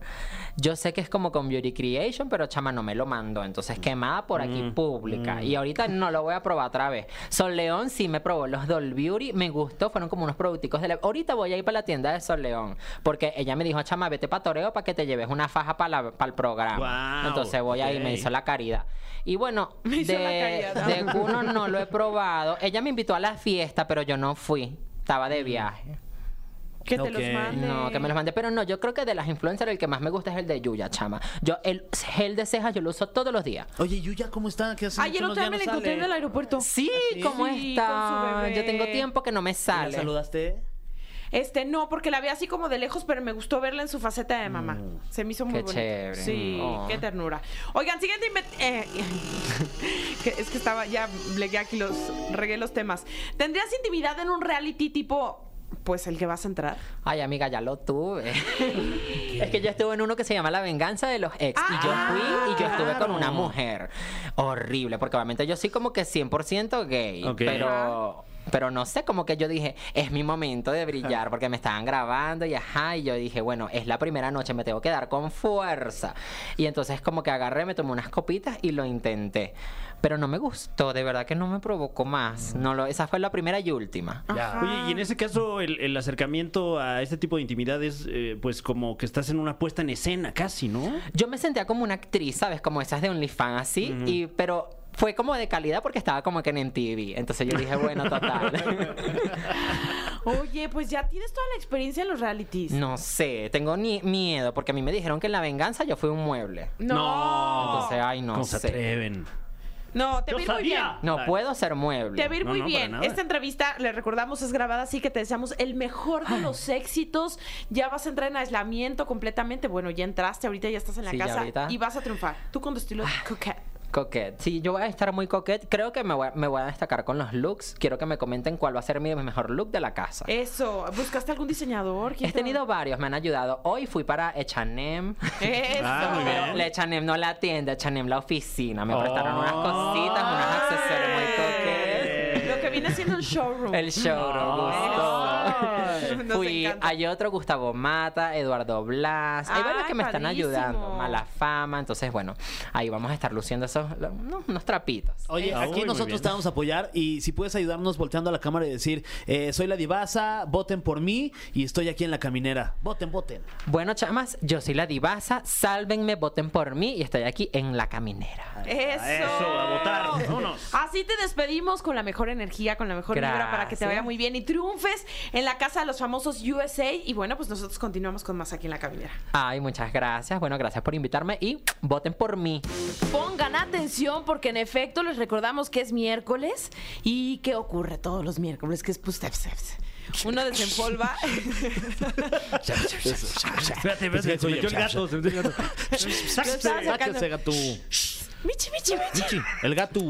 [SPEAKER 5] Yo sé que es como con Beauty Creation, pero chama no me lo mandó. Entonces, quemada por aquí
[SPEAKER 3] Mm,
[SPEAKER 5] pública. Y ahorita no lo voy a probar otra vez. Sol León sí me probó los Doll Beauty. Me gustó. Fueron como unos producticos de la. Ahorita voy a ir para la tienda de Sol León. Porque ella me dijo, chama, vete para Toreo para que te lleves una faja para el programa.
[SPEAKER 3] Guau,
[SPEAKER 5] Entonces voy ahí, me
[SPEAKER 3] ok.
[SPEAKER 5] hizo la caridad. Y bueno,
[SPEAKER 2] Me hizo la
[SPEAKER 5] de,
[SPEAKER 2] caridad.
[SPEAKER 5] de Kuno no lo he probado. Ella me invitó a la fiesta, pero yo no fui. Estaba
[SPEAKER 2] Mm.
[SPEAKER 5] de viaje.
[SPEAKER 2] Que te
[SPEAKER 4] Ok.
[SPEAKER 2] los mande.
[SPEAKER 5] No, que me los mandé. Pero no, yo creo que de las influencers el que más me gusta es el de Yuya, chama. Yo el gel de cejas yo lo uso todos los días.
[SPEAKER 4] Oye, Yuya, ¿cómo está? ¿Qué hace?
[SPEAKER 2] Ayer
[SPEAKER 4] mucho
[SPEAKER 2] otra
[SPEAKER 4] nos-
[SPEAKER 2] vez me la
[SPEAKER 4] ya no
[SPEAKER 2] encontré en
[SPEAKER 4] sale?
[SPEAKER 2] el aeropuerto.
[SPEAKER 5] Sí, ¿cómo
[SPEAKER 2] Sí, con su
[SPEAKER 5] está?
[SPEAKER 2] bebé.
[SPEAKER 5] Yo tengo tiempo que no me
[SPEAKER 4] ¿La
[SPEAKER 2] eh?
[SPEAKER 5] sale.
[SPEAKER 4] saludaste?
[SPEAKER 2] Este, no, porque la vi así como de lejos, pero me gustó verla en su faceta de mamá. Se me hizo muy
[SPEAKER 5] Qué
[SPEAKER 2] bonita.
[SPEAKER 5] chévere.
[SPEAKER 2] Sí,
[SPEAKER 5] Oh.
[SPEAKER 2] qué ternura. Oigan, siguiente inve- eh, que es que estaba, ya blegué aquí los, regué los temas. ¿Tendrías intimidad en un reality tipo, pues el que vas a entrar?
[SPEAKER 5] Ay, amiga, ya lo tuve. es que yo estuve en uno que se llama La Venganza de los Ex. y yo fui y yo estuve con una mujer. Horrible, porque obviamente yo soy como que 100% gay.
[SPEAKER 3] Ok.
[SPEAKER 5] Pero. Pero no sé, como que yo dije, es mi momento de brillar porque me estaban grabando y ajá, y yo dije, bueno, es la primera noche, me tengo que dar con fuerza. Y entonces como que agarré, me tomé unas copitas y lo intenté. Pero no me gustó, de verdad que no me provocó más. No lo, esa fue la primera y última.
[SPEAKER 3] Oye, y en ese caso, el, el acercamiento a este tipo de intimidad es, eh, pues, como que estás en una puesta en escena casi, ¿no?
[SPEAKER 5] Yo me sentía como una actriz, ¿sabes? Como esas de OnlyFans, así. y, pero fue como de calidad porque estaba como que en MTV. Entonces yo dije, bueno, total.
[SPEAKER 2] Oye, pues ya tienes toda la experiencia en los realities.
[SPEAKER 5] no sé, tengo ni miedo porque a mí me dijeron que en la venganza yo fui un mueble.
[SPEAKER 2] No.
[SPEAKER 5] Entonces, ay, no
[SPEAKER 3] ¿Cómo se
[SPEAKER 5] sé.
[SPEAKER 3] atreven?
[SPEAKER 2] No, te vi muy bien.
[SPEAKER 5] No puedo ser mueble.
[SPEAKER 2] Te va a ir
[SPEAKER 3] No,
[SPEAKER 2] muy
[SPEAKER 3] no, para
[SPEAKER 2] bien.
[SPEAKER 3] nada.
[SPEAKER 2] Esta entrevista, le recordamos, es grabada, así que te deseamos el mejor de los éxitos. Ya vas a entrar en aislamiento completamente. Bueno, ya entraste, ahorita ya estás en la
[SPEAKER 5] Sí, ya
[SPEAKER 2] casa
[SPEAKER 5] ahorita. Ah.
[SPEAKER 2] y vas a triunfar. Tú con tu estilo coquette.
[SPEAKER 5] Coquette. Sí, yo voy a estar muy coquette. Creo que me voy, a, me voy a destacar con los looks. Quiero que me comenten cuál va a ser mi mejor look de la casa.
[SPEAKER 2] Eh, Eso, ¿buscaste algún diseñador? ¿Quién
[SPEAKER 5] He
[SPEAKER 2] te lo-
[SPEAKER 5] tenido varios, me han ayudado. Hoy fui para Echanem.
[SPEAKER 2] Eso.
[SPEAKER 3] Ah, muy bien.
[SPEAKER 5] La Echanem no la tienda, Echanem la oficina. Me prestaron unas
[SPEAKER 3] Oh.
[SPEAKER 5] cositas, unos accesorios muy coquetes.
[SPEAKER 2] Lo que viene siendo el showroom.
[SPEAKER 5] El show
[SPEAKER 3] Oh.
[SPEAKER 5] gustó.
[SPEAKER 2] Nos
[SPEAKER 5] Fui,
[SPEAKER 2] encanta.
[SPEAKER 5] hay otro Gustavo Mata, Eduardo Blas. Hay varios
[SPEAKER 2] Ay,
[SPEAKER 5] que me están
[SPEAKER 2] padrísimo.
[SPEAKER 5] ayudando. Mala fama. Entonces, bueno, ahí vamos a estar luciendo esos lo- unos, unos trapitos.
[SPEAKER 4] Oye,
[SPEAKER 3] Ah,
[SPEAKER 4] Eh, aquí
[SPEAKER 3] uy, muy
[SPEAKER 4] nosotros
[SPEAKER 3] bien.
[SPEAKER 4] te vamos a apoyar y si puedes ayudarnos volteando a la cámara y decir, eh, soy la divasa, voten por mí y estoy aquí en la caminera. Voten, voten.
[SPEAKER 5] Bueno, chamas, yo soy la divasa. Sálvenme, voten por mí y estoy aquí en la caminera.
[SPEAKER 2] Eso.
[SPEAKER 3] Eso, a votar. Vámonos.
[SPEAKER 2] Así te despedimos con la mejor energía, con la mejor vibra para que te
[SPEAKER 5] Gracias.
[SPEAKER 2] vaya muy bien y triunfes en la casa de los famosos USA. Y bueno, pues nosotros continuamos con más aquí en la cabinera.
[SPEAKER 5] Ay, muchas gracias. Bueno, gracias por invitarme y voten por mí.
[SPEAKER 2] Pongan atención porque en efecto les recordamos que es miércoles y que ocurre todos los miércoles, que es pues teps, teps. Uno desempolva.
[SPEAKER 3] Espérate, espérate, se metió el gato, se metió el gato.
[SPEAKER 2] Lo estaba sacando.
[SPEAKER 4] Sáquese, gato.
[SPEAKER 2] Michi, michi, michi.
[SPEAKER 4] Sí, el gato.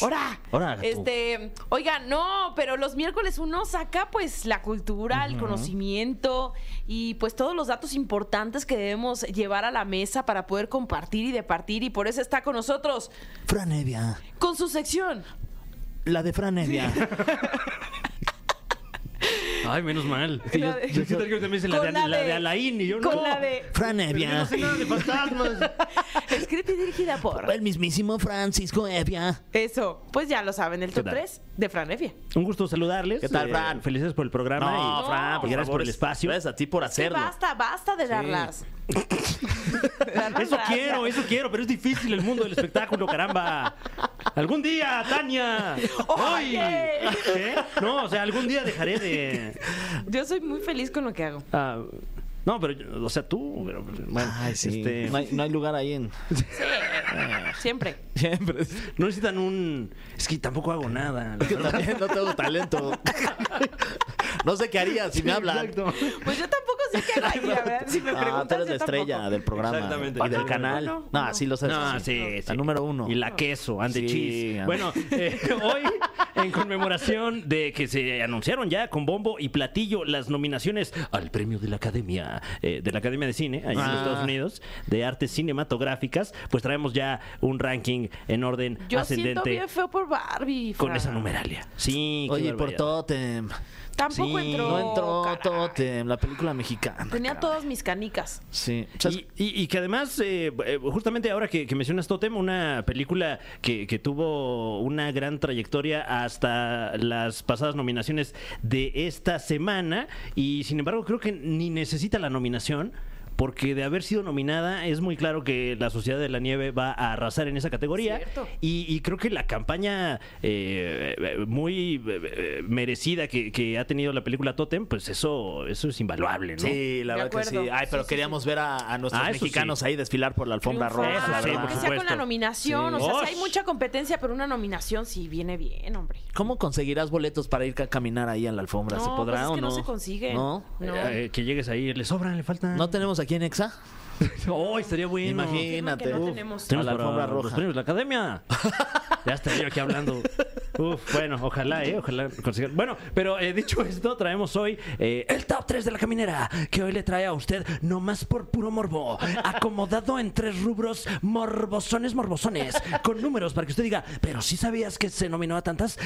[SPEAKER 2] Ahora,
[SPEAKER 4] Ora, gato.
[SPEAKER 2] este, oigan, no, pero los miércoles uno saca pues la cultura, el conocimiento y pues todos los datos importantes que debemos llevar a la mesa para poder compartir y departir y por eso está con nosotros
[SPEAKER 4] Fran Evia.
[SPEAKER 2] con su sección.
[SPEAKER 4] La de Fran Evia.
[SPEAKER 3] Ay, menos mal.
[SPEAKER 2] Sí, yo- yo-
[SPEAKER 3] ¿Qué tal que también se la
[SPEAKER 2] Con
[SPEAKER 3] de,
[SPEAKER 2] la
[SPEAKER 3] la
[SPEAKER 2] de-
[SPEAKER 3] de Alain y yo no?
[SPEAKER 2] con la de
[SPEAKER 4] Fran Evia.
[SPEAKER 2] escrita y dirigida por
[SPEAKER 3] Pues,
[SPEAKER 4] El mismísimo Francisco Evia.
[SPEAKER 2] Eso, pues ya lo saben, el top
[SPEAKER 3] tal?
[SPEAKER 2] 3 de Fran Evia.
[SPEAKER 3] Un gusto saludarles. Eh,
[SPEAKER 4] ¿Qué tal, Fran?
[SPEAKER 3] Felices por el programa. y gracias por el espacio.
[SPEAKER 4] pues, Gracias a ti por
[SPEAKER 2] Sí,
[SPEAKER 4] hacerlo.
[SPEAKER 2] basta, basta de darlas. De darlas
[SPEAKER 3] Eso
[SPEAKER 2] gracias.
[SPEAKER 3] quiero, eh. eso quiero, pero es difícil el mundo del espectáculo, caramba. Algún día, Tania. Hoy.
[SPEAKER 2] Oye.
[SPEAKER 3] ¿Eh? No, o sea, algún día dejaré de.
[SPEAKER 2] Yo soy muy feliz con lo que hago.
[SPEAKER 3] Ah, no, pero, yo- o sea, tú. pero, bueno,
[SPEAKER 4] Ay, sí.
[SPEAKER 3] este,
[SPEAKER 4] No, hay, no hay lugar ahí en.
[SPEAKER 2] Siempre.
[SPEAKER 4] Siempre.
[SPEAKER 3] no necesitan un. Es que tampoco hago nada. la
[SPEAKER 4] Que
[SPEAKER 3] verdad.
[SPEAKER 4] también no tengo talento. No sé qué haría si me hablan.
[SPEAKER 3] Exacto.
[SPEAKER 2] Pues yo tampoco sé qué haría, ¿verdad? Si me
[SPEAKER 4] Ah,
[SPEAKER 2] preguntas,
[SPEAKER 4] tú eres la
[SPEAKER 2] yo tampoco.
[SPEAKER 4] estrella del programa
[SPEAKER 6] Exactamente.
[SPEAKER 4] y del canal.
[SPEAKER 2] Uno,
[SPEAKER 4] No,
[SPEAKER 2] uno.
[SPEAKER 4] sí lo sabes.
[SPEAKER 3] No, sí, sí.
[SPEAKER 4] La número uno.
[SPEAKER 3] Y la queso, and the
[SPEAKER 4] Sí,
[SPEAKER 3] cheese.
[SPEAKER 4] and-
[SPEAKER 3] Bueno, eh, hoy, en conmemoración de que se anunciaron ya con bombo y platillo las nominaciones al premio de la Academia, eh, de la Academia de Cine, allá en los
[SPEAKER 4] Ah.
[SPEAKER 3] Estados Unidos, de artes cinematográficas, pues traemos ya un ranking en orden
[SPEAKER 2] Yo siento
[SPEAKER 3] ascendente
[SPEAKER 2] bien feo por Barbie.
[SPEAKER 3] con
[SPEAKER 2] Fran.
[SPEAKER 3] esa numeralia. Sí, qué
[SPEAKER 4] Oye, y por
[SPEAKER 3] barbaridad.
[SPEAKER 4] Totem.
[SPEAKER 2] Tampoco
[SPEAKER 3] Sí.
[SPEAKER 2] entró.
[SPEAKER 4] No entró
[SPEAKER 2] caray.
[SPEAKER 4] Totem, la película mexicana.
[SPEAKER 2] Tenía
[SPEAKER 4] cabrón.
[SPEAKER 2] todas mis canicas.
[SPEAKER 4] Sí.
[SPEAKER 3] Y, y- y que además, eh, eh, justamente ahora que, que mencionas Totem, una película que, que tuvo una gran trayectoria hasta las pasadas nominaciones de esta semana y sin embargo creo que ni necesita la nominación. Porque de haber sido nominada es muy claro que la Sociedad de la Nieve va a arrasar en esa categoría.
[SPEAKER 2] Cierto.
[SPEAKER 3] Y, y creo que la campaña eh, eh, muy eh, eh, merecida que, que ha tenido la película Totem, pues eso, eso es invaluable, ¿no?
[SPEAKER 4] Sí, la
[SPEAKER 2] De
[SPEAKER 4] verdad que sí.
[SPEAKER 2] acuerdo.
[SPEAKER 4] Ay, pero
[SPEAKER 2] Sí, sí,
[SPEAKER 4] queríamos ver a, a nuestros
[SPEAKER 3] Ah, eso sí.
[SPEAKER 4] mexicanos ahí desfilar por la alfombra
[SPEAKER 2] Triunfar,
[SPEAKER 4] roja. la
[SPEAKER 3] Eso sí,
[SPEAKER 4] verdad.
[SPEAKER 3] por
[SPEAKER 2] que sea con
[SPEAKER 3] supuesto.
[SPEAKER 2] la nominación.
[SPEAKER 4] Sí.
[SPEAKER 2] O sea, si hay
[SPEAKER 3] Osh.
[SPEAKER 2] mucha competencia, pero una nominación sí viene bien, hombre.
[SPEAKER 4] ¿Cómo conseguirás boletos para ir a caminar ahí en la alfombra? ¿Se
[SPEAKER 2] No,
[SPEAKER 4] podrá
[SPEAKER 2] pues es
[SPEAKER 4] o
[SPEAKER 2] que
[SPEAKER 4] no?
[SPEAKER 2] no se consiguen.
[SPEAKER 4] No.
[SPEAKER 2] No.
[SPEAKER 3] Eh, que llegues ahí, le sobran, le faltan.
[SPEAKER 4] ¿No tenemos aquí en Exa?
[SPEAKER 3] Oh, estaría bueno.
[SPEAKER 4] Imagínate.
[SPEAKER 2] que no
[SPEAKER 4] Uf,
[SPEAKER 2] tenemos.
[SPEAKER 4] a
[SPEAKER 3] Tenemos
[SPEAKER 4] la
[SPEAKER 3] para
[SPEAKER 4] alfombra
[SPEAKER 3] los
[SPEAKER 4] roja.
[SPEAKER 3] premios de la academia. ya estaría yo aquí hablando. Uf, bueno, ojalá, eh, ojalá consigan. Bueno, pero eh, dicho esto, traemos hoy eh, el top 3 de la caminera, que hoy le trae a usted nomás por puro morbo, acomodado en tres rubros morbosones, morbosones, con números para que usted diga, pero si sabías que se nominó a tantas.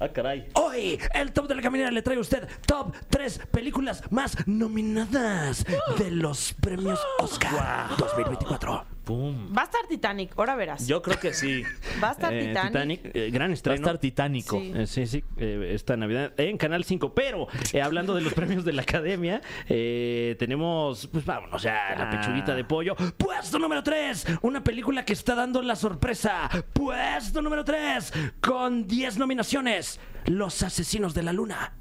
[SPEAKER 4] Ah, caray.
[SPEAKER 3] Hoy, el top de la caminera le trae a usted top 3 películas más nominadas de los premios Oscar 2024.
[SPEAKER 4] Pum.
[SPEAKER 2] Va a estar Titanic, ahora verás.
[SPEAKER 4] Mm. Yo creo que sí.
[SPEAKER 2] Va a estar
[SPEAKER 3] Eh,
[SPEAKER 2] Titanic.
[SPEAKER 3] eh, gran
[SPEAKER 4] Va a
[SPEAKER 3] estreno.
[SPEAKER 4] estar titánico.
[SPEAKER 2] Sí.
[SPEAKER 3] Eh, sí, sí, eh, esta Navidad en Canal 5. Pero eh, hablando de los premios de la Academia, eh, tenemos, pues vámonos ya,
[SPEAKER 4] Ah.
[SPEAKER 3] la pechuguita de pollo. Puesto número 3, una película que está dando la sorpresa. Puesto número 3, con 10 nominaciones, Los Asesinos de la Luna.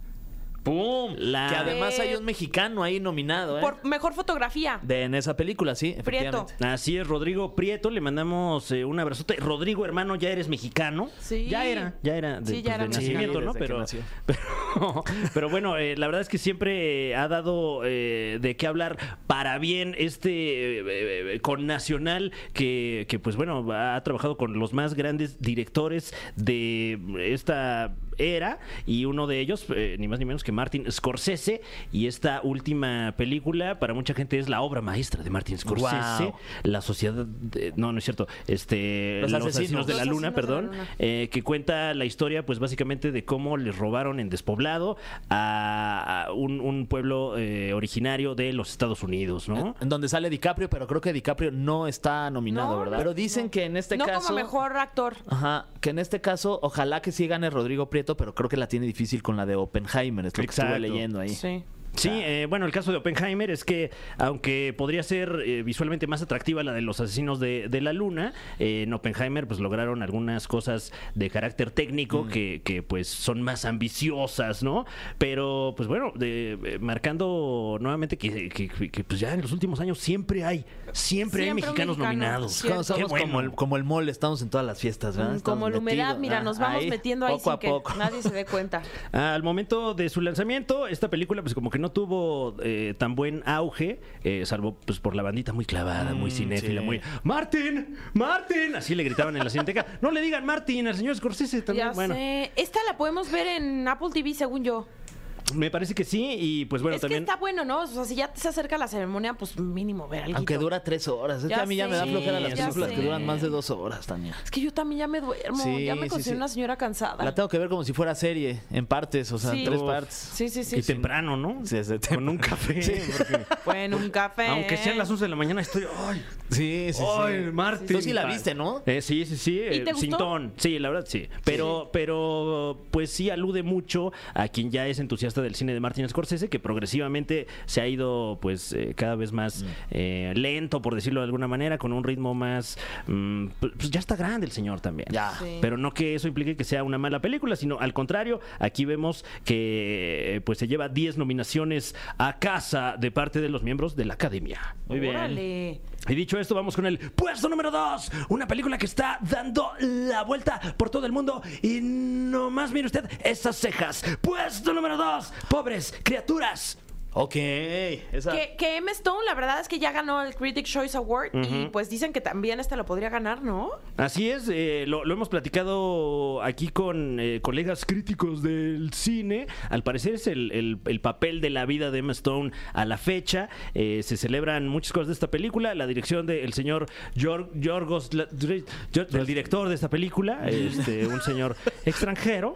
[SPEAKER 4] ¡Pum!
[SPEAKER 3] La-
[SPEAKER 4] Que además hay un mexicano ahí nominado, ¿eh?
[SPEAKER 2] Por mejor fotografía.
[SPEAKER 4] De, en esa película, sí,
[SPEAKER 2] Prieto.
[SPEAKER 4] efectivamente.
[SPEAKER 3] Así es, Rodrigo Prieto, le mandamos eh, un abrazote. Rodrigo, hermano, ya eres mexicano.
[SPEAKER 2] Sí.
[SPEAKER 3] Ya era, ya era de,
[SPEAKER 2] Sí, ya
[SPEAKER 3] pues,
[SPEAKER 2] era
[SPEAKER 3] de
[SPEAKER 2] mexicano.
[SPEAKER 3] nacimiento,
[SPEAKER 4] Sí,
[SPEAKER 3] ¿no?
[SPEAKER 4] desde que
[SPEAKER 3] Pero,
[SPEAKER 4] nació.
[SPEAKER 3] pero, pero bueno, eh, la verdad es que siempre eh, ha dado eh, de qué hablar para bien este eh, eh, con Nacional, que, que, pues bueno, ha trabajado con los más grandes directores de esta era y uno de ellos, eh, ni más ni menos que Martin Scorsese, y esta última película para mucha gente es la obra maestra de Martin Scorsese,
[SPEAKER 4] Guau.
[SPEAKER 3] La Sociedad, de- no, no es cierto, este,
[SPEAKER 4] Los
[SPEAKER 3] Los,
[SPEAKER 4] Asesinos.
[SPEAKER 3] asesinos, de la
[SPEAKER 2] Los
[SPEAKER 3] Luna,
[SPEAKER 2] Asesinos de la
[SPEAKER 3] perdón,
[SPEAKER 2] Luna.
[SPEAKER 3] eh, que cuenta la historia, pues básicamente de cómo les robaron en despoblado a a un, un pueblo eh, originario de los Estados Unidos,
[SPEAKER 2] Ah,
[SPEAKER 3] ¿no?
[SPEAKER 4] En donde sale DiCaprio, pero creo que DiCaprio no está nominado,
[SPEAKER 2] No,
[SPEAKER 4] ¿verdad?
[SPEAKER 2] no,
[SPEAKER 4] pero dicen que en este
[SPEAKER 2] no
[SPEAKER 4] caso.
[SPEAKER 2] como mejor actor.
[SPEAKER 4] Ajá, que en este caso, ojalá que sí gane Rodrigo Prieto, pero creo que la tiene difícil con la de Oppenheimer, es lo que estuve
[SPEAKER 3] Exacto.
[SPEAKER 4] leyendo ahí.
[SPEAKER 2] Sí.
[SPEAKER 3] Sí, eh, bueno, el caso de Oppenheimer es que, aunque podría ser eh, visualmente más atractiva la de los asesinos de, de la luna, eh, en Oppenheimer pues lograron algunas cosas de carácter
[SPEAKER 4] Mm.
[SPEAKER 3] técnico que, que, pues son más ambiciosas, ¿no? Pero pues bueno, de- eh, marcando nuevamente que, que- que- que, pues ya en los últimos años siempre hay, siempre, hay
[SPEAKER 2] Siempre un
[SPEAKER 3] mexicanos
[SPEAKER 2] mexicano,
[SPEAKER 3] nominados.
[SPEAKER 2] sí.
[SPEAKER 4] Como-
[SPEAKER 2] Qué
[SPEAKER 4] somos
[SPEAKER 3] bueno.
[SPEAKER 4] como, el, como el mole, estamos en todas las fiestas, ¿verdad? Estamos
[SPEAKER 2] Mm, Como la humedad,
[SPEAKER 4] metidos,
[SPEAKER 2] mira,
[SPEAKER 4] ah,
[SPEAKER 2] nos vamos metiendo ahí
[SPEAKER 4] poco
[SPEAKER 2] sin
[SPEAKER 4] a
[SPEAKER 2] que
[SPEAKER 4] poco.
[SPEAKER 2] nadie se dé cuenta.
[SPEAKER 3] Al momento de su lanzamiento, esta película pues como que no tuvo eh, tan buen auge, eh, salvo pues por la bandita muy clavada, muy cinéfila,
[SPEAKER 4] sí.
[SPEAKER 3] muy Martin, Martin, así le gritaban en la cineteca. No le digan Martin al señor Scorsese también.
[SPEAKER 2] Ya
[SPEAKER 3] bueno,
[SPEAKER 2] sé. Esta la podemos ver en Apple TV, según yo.
[SPEAKER 3] me parece que sí y pues bueno
[SPEAKER 2] es
[SPEAKER 3] también.
[SPEAKER 2] que está bueno, ¿no? O sea, si ya se acerca la ceremonia, pues mínimo ver algo.
[SPEAKER 4] Aunque dura tres horas. Es que
[SPEAKER 2] Ya
[SPEAKER 4] a mí ya me da
[SPEAKER 2] sé,
[SPEAKER 4] flojera las
[SPEAKER 3] ya
[SPEAKER 4] películas que
[SPEAKER 2] sé.
[SPEAKER 4] duran más de dos horas, Tania.
[SPEAKER 2] Es que yo también ya me duermo.
[SPEAKER 4] Sí,
[SPEAKER 2] ya me
[SPEAKER 4] sí,
[SPEAKER 2] considero
[SPEAKER 4] sí.
[SPEAKER 2] una señora cansada.
[SPEAKER 4] La tengo que ver como si fuera serie, en partes, o sea,
[SPEAKER 2] Sí.
[SPEAKER 4] en tres
[SPEAKER 2] Uf.
[SPEAKER 4] partes.
[SPEAKER 2] Sí, sí, sí.
[SPEAKER 3] y temprano, ¿no?
[SPEAKER 4] Sí, desde
[SPEAKER 3] Con un café. porque
[SPEAKER 2] Bueno, un café.
[SPEAKER 3] Aunque sean las 11 de la mañana estoy, ay,
[SPEAKER 4] Sí, sí, sí.
[SPEAKER 3] ay, Martin.
[SPEAKER 4] Tú sí la viste, ¿no?
[SPEAKER 3] Eh, sí, sí, sí. eh,
[SPEAKER 2] te gustó?
[SPEAKER 3] sin ton. Sí, la verdad, sí. Pero, pero, pues sí alude mucho a quien ya es entusiasta del cine de Martin Scorsese, que progresivamente se ha ido, pues, eh, cada vez
[SPEAKER 4] Mm.
[SPEAKER 3] más eh, lento, por decirlo de alguna manera, con un ritmo más. mm, pues ya está grande el señor también.
[SPEAKER 4] Ya.
[SPEAKER 2] Sí.
[SPEAKER 3] Pero no que eso implique que sea una mala película, sino al contrario, aquí vemos que eh, pues se lleva 10 nominaciones a casa de parte de los miembros de la academia.
[SPEAKER 4] Muy bien.
[SPEAKER 2] Órale.
[SPEAKER 3] Y dicho esto, vamos con el puesto número 2. Una película que está dando la vuelta por todo el mundo. Y nomás mire usted esas cejas. Puesto número 2. Dios, pobres criaturas.
[SPEAKER 4] Ok. Esa...
[SPEAKER 2] Que, que M. Stone, la verdad es que ya ganó el Critic Choice Award y pues dicen que también este lo podría ganar, ¿no?
[SPEAKER 3] Así es, eh, lo, lo hemos platicado aquí con eh, colegas críticos del cine. Al parecer es el, el- el papel de la vida de Emma Stone a la fecha. Eh, se celebran muchas cosas de esta película. La dirección del señor Yor- Yorgos, La- Dre- Yor- el director de esta película, este, un señor extranjero.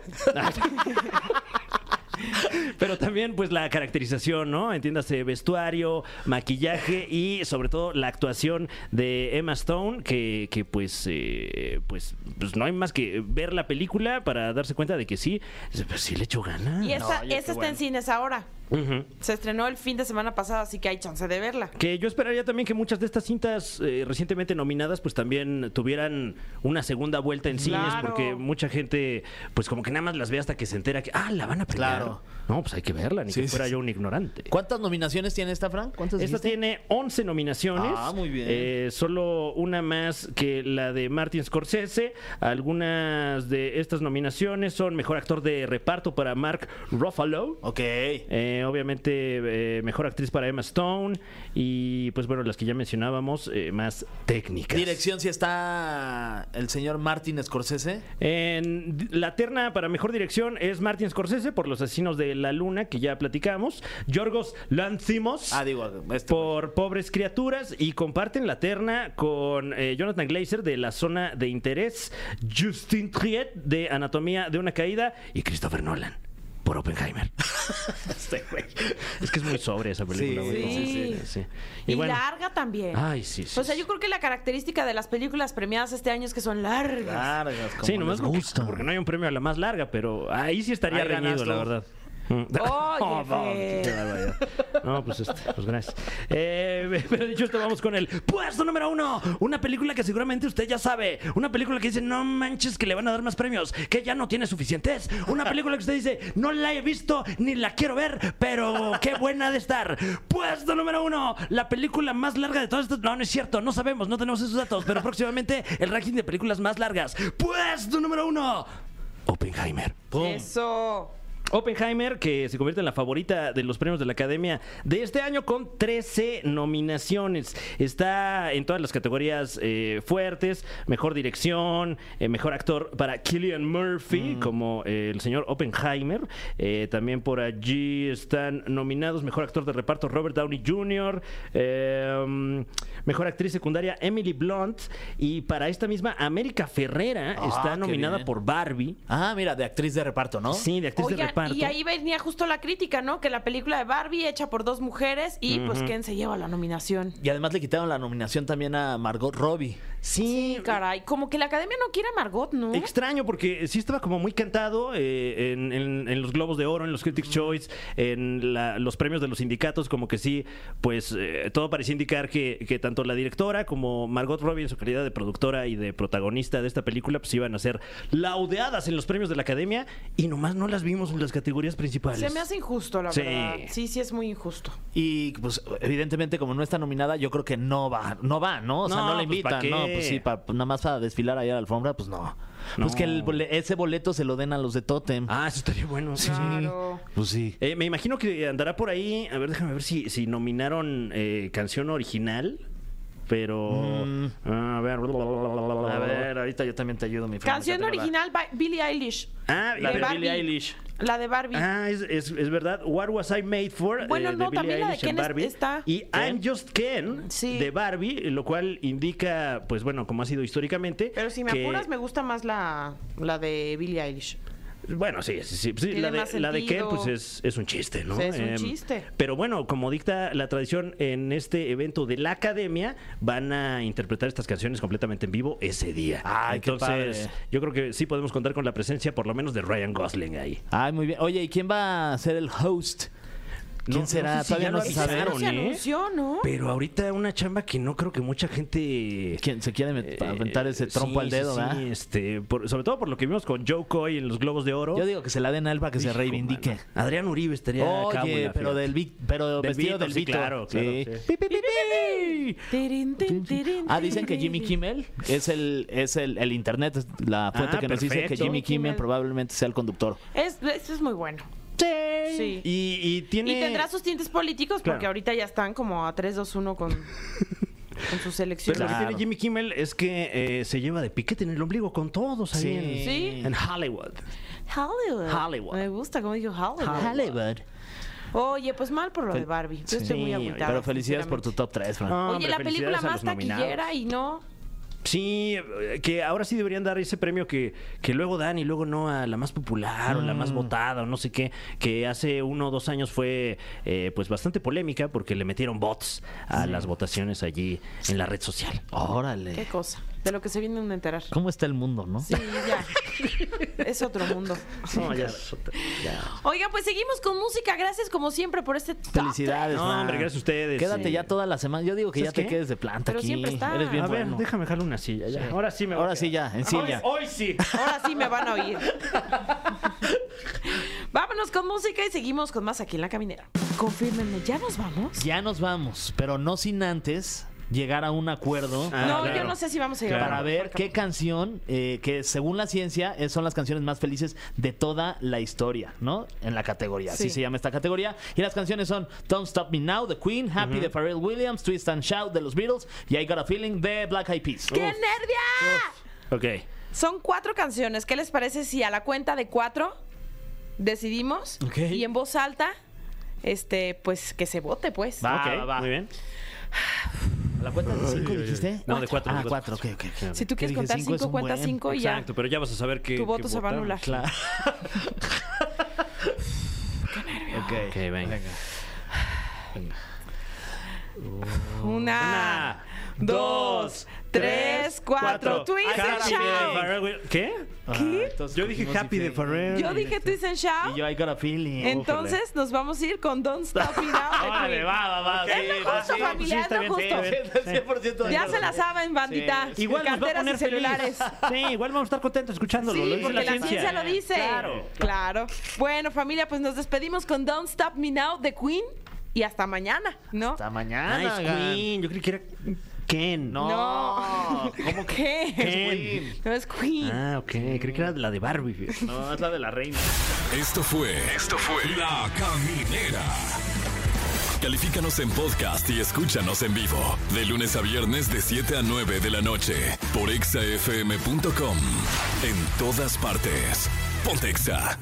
[SPEAKER 3] Pero también, pues, la caracterización, ¿no? Entiéndase, vestuario, maquillaje y sobre todo la actuación de Emma Stone, que, que, pues, eh, pues, pues no hay más que ver la película para darse cuenta de que sí, pues, sí le echó ganas.
[SPEAKER 2] Y esta,
[SPEAKER 4] oye, qué
[SPEAKER 2] esta está
[SPEAKER 4] bueno.
[SPEAKER 2] en cines ahora.
[SPEAKER 3] Ujú.
[SPEAKER 2] Se estrenó el fin de semana pasado, así que hay chance de verla.
[SPEAKER 3] Que yo esperaría también que muchas de estas cintas eh, recientemente nominadas, pues también tuvieran una segunda vuelta en cines,
[SPEAKER 2] Claro.
[SPEAKER 3] porque mucha gente, pues como que nada más las ve hasta que se entera que, ah, la van a premiar.
[SPEAKER 4] Claro.
[SPEAKER 3] No, pues hay que verla, ni
[SPEAKER 4] Sí,
[SPEAKER 3] que
[SPEAKER 4] sí,
[SPEAKER 3] fuera
[SPEAKER 4] sí.
[SPEAKER 3] yo un ignorante.
[SPEAKER 4] ¿Cuántas nominaciones tiene esta, Frank? ¿Cuántas
[SPEAKER 3] Esta
[SPEAKER 4] dijiste?
[SPEAKER 3] tiene 11 nominaciones.
[SPEAKER 4] Ah, muy bien.
[SPEAKER 3] Eh, solo una más que la de Martin Scorsese. Algunas de estas nominaciones son Mejor Actor de Reparto para Mark Ruffalo.
[SPEAKER 4] Ok.
[SPEAKER 3] Eh, obviamente, eh, Mejor Actriz para Emma Stone. Y pues bueno, las que ya mencionábamos, eh, más técnicas.
[SPEAKER 4] Dirección si está el señor Martin Scorsese.
[SPEAKER 3] En di- la terna para mejor dirección es Martin Scorsese por Los Asesinos de la Luna, que ya platicamos. Yorgos Lanthimos.
[SPEAKER 4] Ah, digo, este.
[SPEAKER 3] por pobres criaturas y comparten la terna con eh, Jonathan Glazer de La Zona de Interés, Justin Triet de Anatomía de una Caída y Christopher Nolan por Oppenheimer.
[SPEAKER 4] este güey.
[SPEAKER 3] es que es muy sobre esa película.
[SPEAKER 4] Sí,
[SPEAKER 3] güey.
[SPEAKER 2] sí, sí,
[SPEAKER 3] Sí.
[SPEAKER 2] Y,
[SPEAKER 3] Y, bueno,
[SPEAKER 2] larga también.
[SPEAKER 3] ay, sí, sí.
[SPEAKER 2] o sea, yo creo que la característica de las películas premiadas este año es que son largas.
[SPEAKER 4] Largas, como
[SPEAKER 3] Sí, nomás
[SPEAKER 4] les
[SPEAKER 3] porque-
[SPEAKER 4] gusta.
[SPEAKER 3] Porque no hay un premio a la más larga, pero ahí sí estaría
[SPEAKER 4] Ahí
[SPEAKER 3] reñido,
[SPEAKER 4] ganas
[SPEAKER 3] la
[SPEAKER 4] tú.
[SPEAKER 3] verdad. Mm.
[SPEAKER 2] Oye,
[SPEAKER 3] no,
[SPEAKER 4] Oh,
[SPEAKER 2] Fer.
[SPEAKER 3] qué barbaridad. No, pues, este, pues gracias. Eh, pero dicho esto, vamos con el puesto número uno. Una película que seguramente usted ya sabe. Una película que dice, no manches, que le van a dar más premios, que ya no tiene suficientes. Una película que usted dice, no la he visto ni la quiero ver, pero qué buena ha de estar. Puesto número uno. La película más larga de todas estas. No, no es cierto, no sabemos, no tenemos esos datos, pero próximamente el ranking de películas más largas. Puesto número uno. Oppenheimer.
[SPEAKER 4] Pum.
[SPEAKER 2] Eso.
[SPEAKER 3] Oppenheimer, que se convierte en la favorita de los premios de la Academia de este año con 13 nominaciones. Está en todas las categorías eh, fuertes, mejor dirección, eh, mejor actor para Killian
[SPEAKER 4] Mm.
[SPEAKER 3] Murphy, como eh, el señor Oppenheimer. Eh, también por allí están nominados mejor actor de reparto Robert Downey Jr., eh, mejor actriz secundaria Emily Blunt. Y para esta misma, América Ferrera
[SPEAKER 4] Ah,
[SPEAKER 3] está
[SPEAKER 4] qué
[SPEAKER 3] nominada
[SPEAKER 4] bien.
[SPEAKER 3] por Barbie.
[SPEAKER 4] Ah, mira, de actriz de reparto, ¿no?
[SPEAKER 3] Sí, de actriz de
[SPEAKER 2] Oigan,
[SPEAKER 3] reparto.
[SPEAKER 2] y ahí venía justo la crítica, ¿no? Que la película de Barbie hecha por dos mujeres y pues quién se lleva la nominación.
[SPEAKER 4] Y además le quitaron la nominación también a Margot Robbie.
[SPEAKER 3] Sí,
[SPEAKER 2] Sí, caray. Como que la academia no quiere a Margot, ¿no?
[SPEAKER 3] Extraño porque sí estaba como muy cantado eh, en, en- en los Globos de Oro, en los Critics' Choice, en la- los premios de los sindicatos, como que sí, pues eh, todo parecía indicar que, que tanto la directora como Margot Robbie en su calidad de productora y de protagonista de esta película, pues iban a ser laudeadas en los premios de la Academia y nomás no las vimos en las categorías principales.
[SPEAKER 2] Se me hace injusto, la
[SPEAKER 3] Sí.
[SPEAKER 2] verdad. Sí, sí, es muy injusto.
[SPEAKER 4] Y pues evidentemente como no está nominada, yo creo que no va, no va, ¿no? O sea,
[SPEAKER 3] No,
[SPEAKER 4] no, la
[SPEAKER 3] pues, ¿pa'
[SPEAKER 4] invitan,
[SPEAKER 3] qué?
[SPEAKER 4] no, pues sí, pa- nada más para desfilar allá a la alfombra, pues no.
[SPEAKER 3] No.
[SPEAKER 4] Pues que el bole- ese boleto se lo den a los de Totem.
[SPEAKER 3] Ah, eso estaría bueno. sí.
[SPEAKER 2] Claro.
[SPEAKER 4] Pues sí.
[SPEAKER 3] Eh, me imagino que andará por ahí. A ver, déjame ver si, si nominaron eh, canción original. Pero. ah, A ver.
[SPEAKER 4] A
[SPEAKER 3] A
[SPEAKER 4] ver, ahorita yo también te ayudo, mi Fran,
[SPEAKER 2] Canción
[SPEAKER 4] ya tengo la-
[SPEAKER 2] original by Billie Eilish.
[SPEAKER 3] Ah,
[SPEAKER 4] La
[SPEAKER 3] y-
[SPEAKER 4] de
[SPEAKER 2] Barbie.
[SPEAKER 4] Billie Eilish.
[SPEAKER 2] La de Barbie.
[SPEAKER 3] Ah, es, es- es verdad. What Was I Made For? eh,
[SPEAKER 2] Bueno,
[SPEAKER 3] de
[SPEAKER 2] no,
[SPEAKER 3] Billie
[SPEAKER 2] también la de
[SPEAKER 3] Eilish en
[SPEAKER 2] Ken es-
[SPEAKER 3] Barbie.
[SPEAKER 2] está.
[SPEAKER 3] Y I'm Just Ken
[SPEAKER 2] Sí.
[SPEAKER 3] de Barbie, lo cual indica, pues bueno, como ha sido históricamente.
[SPEAKER 2] Pero si me
[SPEAKER 3] que-
[SPEAKER 2] apuras, me gusta más la, la de Billie Eilish.
[SPEAKER 3] Bueno, sí, sí, sí. sí,
[SPEAKER 2] Tiene
[SPEAKER 3] La
[SPEAKER 2] más
[SPEAKER 3] de, la de Ken,
[SPEAKER 2] sentido.
[SPEAKER 3] pues es, es un chiste, ¿no?
[SPEAKER 2] Sí, es un
[SPEAKER 3] Em,
[SPEAKER 2] chiste.
[SPEAKER 3] Pero bueno, como dicta la tradición en este evento de la academia, van a interpretar estas canciones completamente en vivo ese día.
[SPEAKER 4] Ay, qué
[SPEAKER 3] Entonces,
[SPEAKER 4] padre.
[SPEAKER 3] yo creo que sí podemos contar con la presencia, por lo menos, de Ryan Gosling ahí.
[SPEAKER 4] Ay, muy bien. Oye, ¿y quién va a ser el host? ¿Quién
[SPEAKER 3] No-
[SPEAKER 4] será?
[SPEAKER 3] no sé si
[SPEAKER 4] Todavía
[SPEAKER 3] ya
[SPEAKER 4] no
[SPEAKER 3] lo
[SPEAKER 4] se
[SPEAKER 2] Ya
[SPEAKER 4] sabe.
[SPEAKER 3] avisaron.
[SPEAKER 2] no se
[SPEAKER 3] ¿eh?
[SPEAKER 2] anunció, ¿no?
[SPEAKER 3] Pero ahorita una chamba que no creo que mucha gente.
[SPEAKER 4] ¿Quién se quiere met-
[SPEAKER 3] eh,
[SPEAKER 4] aventar ese
[SPEAKER 3] sí,
[SPEAKER 4] trompo al dedo,
[SPEAKER 3] sí, sí,
[SPEAKER 4] verdad?
[SPEAKER 3] este, por- sobre todo por lo que vimos con Joe Coy en los Globos de Oro.
[SPEAKER 4] Yo digo que se la den a él para que se
[SPEAKER 3] Oh. Hijo,
[SPEAKER 4] reivindique.
[SPEAKER 3] mano. Adrián Uribe estaría
[SPEAKER 4] Oye,
[SPEAKER 3] cábula,
[SPEAKER 4] pero
[SPEAKER 3] fíjate.
[SPEAKER 4] del Vic- pero
[SPEAKER 3] Del
[SPEAKER 4] vestido
[SPEAKER 3] Vito,
[SPEAKER 4] del
[SPEAKER 3] sí,
[SPEAKER 4] Vito.
[SPEAKER 3] claro, claro,
[SPEAKER 4] Sí.
[SPEAKER 3] sí.
[SPEAKER 4] Pi, pi, pi, pi.
[SPEAKER 2] Tirin, tin, tirin,
[SPEAKER 4] Ah, dicen que
[SPEAKER 2] tirin,
[SPEAKER 4] Jimmy
[SPEAKER 2] tirin.
[SPEAKER 4] Kimmel es el es el, el internet, es la fuente
[SPEAKER 3] Ah,
[SPEAKER 4] que nos dice que
[SPEAKER 3] perfecto.
[SPEAKER 4] Jimmy Kimmel
[SPEAKER 2] Kimmel.
[SPEAKER 4] probablemente sea el conductor.
[SPEAKER 2] Es, es, es muy bueno. Sí. Y,
[SPEAKER 3] Y, y tiene.
[SPEAKER 2] tendrá sus tintes políticos porque
[SPEAKER 3] Claro.
[SPEAKER 2] ahorita ya están como a 3-2-1 con, con sus
[SPEAKER 3] Pero
[SPEAKER 2] elecciones.
[SPEAKER 3] lo que
[SPEAKER 7] Claro.
[SPEAKER 3] tiene Jimmy Kimmel es que eh, se lleva de piquete en el ombligo con todos ahí
[SPEAKER 7] Sí.
[SPEAKER 3] en-
[SPEAKER 2] Sí.
[SPEAKER 3] en Hollywood.
[SPEAKER 2] Hollywood.
[SPEAKER 3] Hollywood.
[SPEAKER 2] Me gusta cómo dijo Hollywood. Oye, pues mal por lo de Barbie. Yo estoy muy
[SPEAKER 7] Sí, oye,
[SPEAKER 2] agüitada.
[SPEAKER 7] pero felicidades por tu top 3, Fran.
[SPEAKER 3] Ah,
[SPEAKER 2] Oye,
[SPEAKER 3] hombre,
[SPEAKER 2] la película
[SPEAKER 3] felicidades a
[SPEAKER 2] más
[SPEAKER 3] los nominados.
[SPEAKER 2] taquillera y no.
[SPEAKER 3] Sí, eh, que ahora sí deberían dar ese premio que, que luego dan y luego no a la más popular o la
[SPEAKER 4] Mm.
[SPEAKER 3] más votada o no sé qué, que hace uno o dos años fue eh, pues bastante polémica porque le metieron bots a las votaciones allí en la red social.
[SPEAKER 2] Qué
[SPEAKER 4] Órale.
[SPEAKER 2] cosa. De lo que se vienen a enterar.
[SPEAKER 4] ¿Cómo está el mundo, no?
[SPEAKER 2] Sí, ya. es otro mundo.
[SPEAKER 3] No, ya-
[SPEAKER 2] Oiga, pues seguimos con música. Gracias como siempre por este top
[SPEAKER 7] Felicidades,
[SPEAKER 3] No,
[SPEAKER 7] Fran.
[SPEAKER 3] hombre, gracias a ustedes.
[SPEAKER 4] Quédate
[SPEAKER 3] Sí.
[SPEAKER 4] ya toda la semana. Yo digo que ya
[SPEAKER 3] ¿Sabes
[SPEAKER 4] te
[SPEAKER 3] qué?
[SPEAKER 4] quedes de planta
[SPEAKER 2] Pero
[SPEAKER 4] aquí.
[SPEAKER 2] siempre está.
[SPEAKER 4] Eres bien
[SPEAKER 3] A ver,
[SPEAKER 4] bueno.
[SPEAKER 3] déjame dejarle una silla. ya. Ahora sí me voy a
[SPEAKER 4] Ahora sí
[SPEAKER 3] quedar.
[SPEAKER 4] ya, en silla.
[SPEAKER 3] Hoy, hoy sí.
[SPEAKER 2] Ahora sí me van a oír. Vámonos con música y seguimos con más aquí en la caminera. Confírmenme, ¿ya nos vamos?
[SPEAKER 4] Ya nos vamos, pero no sin antes llegar a un acuerdo.
[SPEAKER 3] Ah,
[SPEAKER 2] no, yo
[SPEAKER 3] claro.
[SPEAKER 2] no sé si vamos a llegar.
[SPEAKER 4] Para ver qué canción, eh, que según la ciencia eh, son las canciones más felices de toda la historia, ¿no? En la categoría, así
[SPEAKER 2] Sí.
[SPEAKER 4] se llama esta categoría. Y las canciones son Don't Stop Me Now, The Queen, Happy de Pharrell Williams, Twist and Shout de los Beatles y I Got a Feeling de Black Eyed Peas.
[SPEAKER 2] ¡Qué nervia!
[SPEAKER 3] Ok.
[SPEAKER 2] Son cuatro canciones. ¿Qué les parece si a la cuenta de cuatro decidimos
[SPEAKER 4] Ok.
[SPEAKER 2] y en voz alta, este, pues que se vote, pues?
[SPEAKER 4] Va.
[SPEAKER 3] ok,
[SPEAKER 4] va, va.
[SPEAKER 3] Muy bien.
[SPEAKER 4] ¿A la cuenta de cinco dijiste?
[SPEAKER 3] No, de cuatro,
[SPEAKER 4] Ah,
[SPEAKER 3] de
[SPEAKER 4] cuatro,
[SPEAKER 3] cuatro.
[SPEAKER 4] ok, ok.
[SPEAKER 2] Si tú quieres
[SPEAKER 4] Dije,
[SPEAKER 2] contar
[SPEAKER 4] cinco
[SPEAKER 2] cinco,
[SPEAKER 4] es un
[SPEAKER 2] cuenta
[SPEAKER 4] buen.
[SPEAKER 2] cinco y ya.
[SPEAKER 3] Exacto, pero ya vas a saber que.
[SPEAKER 2] Tu voto se va a anular.
[SPEAKER 4] Claro.
[SPEAKER 3] Ok, venga. Ah,
[SPEAKER 2] Una, dos, tres, cuatro. Twist and
[SPEAKER 3] Happy de
[SPEAKER 2] shout.
[SPEAKER 3] Pharrell Will- ¿Qué?
[SPEAKER 4] ¿Qué?
[SPEAKER 3] Yo dije Happy de Pharrell.
[SPEAKER 2] Yo dije twist and shout.
[SPEAKER 4] Y yo I Got a Feeling.
[SPEAKER 2] Entonces nos vamos a ir con Don't Stop Me Now. de
[SPEAKER 4] Órale,
[SPEAKER 2] Queen.
[SPEAKER 4] va, va, va.
[SPEAKER 3] Ok,
[SPEAKER 4] sí,
[SPEAKER 2] Es lo
[SPEAKER 4] va,
[SPEAKER 2] justo,
[SPEAKER 4] sí.
[SPEAKER 2] familia,
[SPEAKER 3] está
[SPEAKER 2] es
[SPEAKER 3] bien,
[SPEAKER 2] lo
[SPEAKER 3] está
[SPEAKER 2] justo.
[SPEAKER 3] bien.
[SPEAKER 4] 100% de
[SPEAKER 2] Ya
[SPEAKER 4] acuerdo.
[SPEAKER 2] se la saben, bandita.
[SPEAKER 3] Igual nos va a
[SPEAKER 2] Carteras
[SPEAKER 3] poner
[SPEAKER 2] y celulares.
[SPEAKER 3] feliz. Sí, igual vamos a estar contentos escuchándolo.
[SPEAKER 2] Sí,
[SPEAKER 3] lo dice
[SPEAKER 2] porque
[SPEAKER 3] la,
[SPEAKER 2] la
[SPEAKER 3] ciencia.
[SPEAKER 2] ciencia lo dice.
[SPEAKER 3] Claro.
[SPEAKER 2] Claro. Bueno, familia, pues nos despedimos con Don't Stop Me Now de Queen y hasta mañana, ¿no?
[SPEAKER 4] Hasta mañana.
[SPEAKER 3] Nice
[SPEAKER 4] Gan.
[SPEAKER 3] Queen. Yo creí que era Ken.
[SPEAKER 4] No.
[SPEAKER 2] No.
[SPEAKER 4] ¿Cómo que?
[SPEAKER 2] ¿Qué?
[SPEAKER 3] Ken.
[SPEAKER 2] No es Queen.
[SPEAKER 3] Ah, ok. Creí que era la de Barbie. fíjate.
[SPEAKER 7] No, es la de la reina.
[SPEAKER 1] Esto fue. Esto fue. La Caminera. Califícanos en podcast y escúchanos en vivo. De lunes a viernes de 7 a 9 de la noche. Por exafm.com. En todas partes. Pontexa.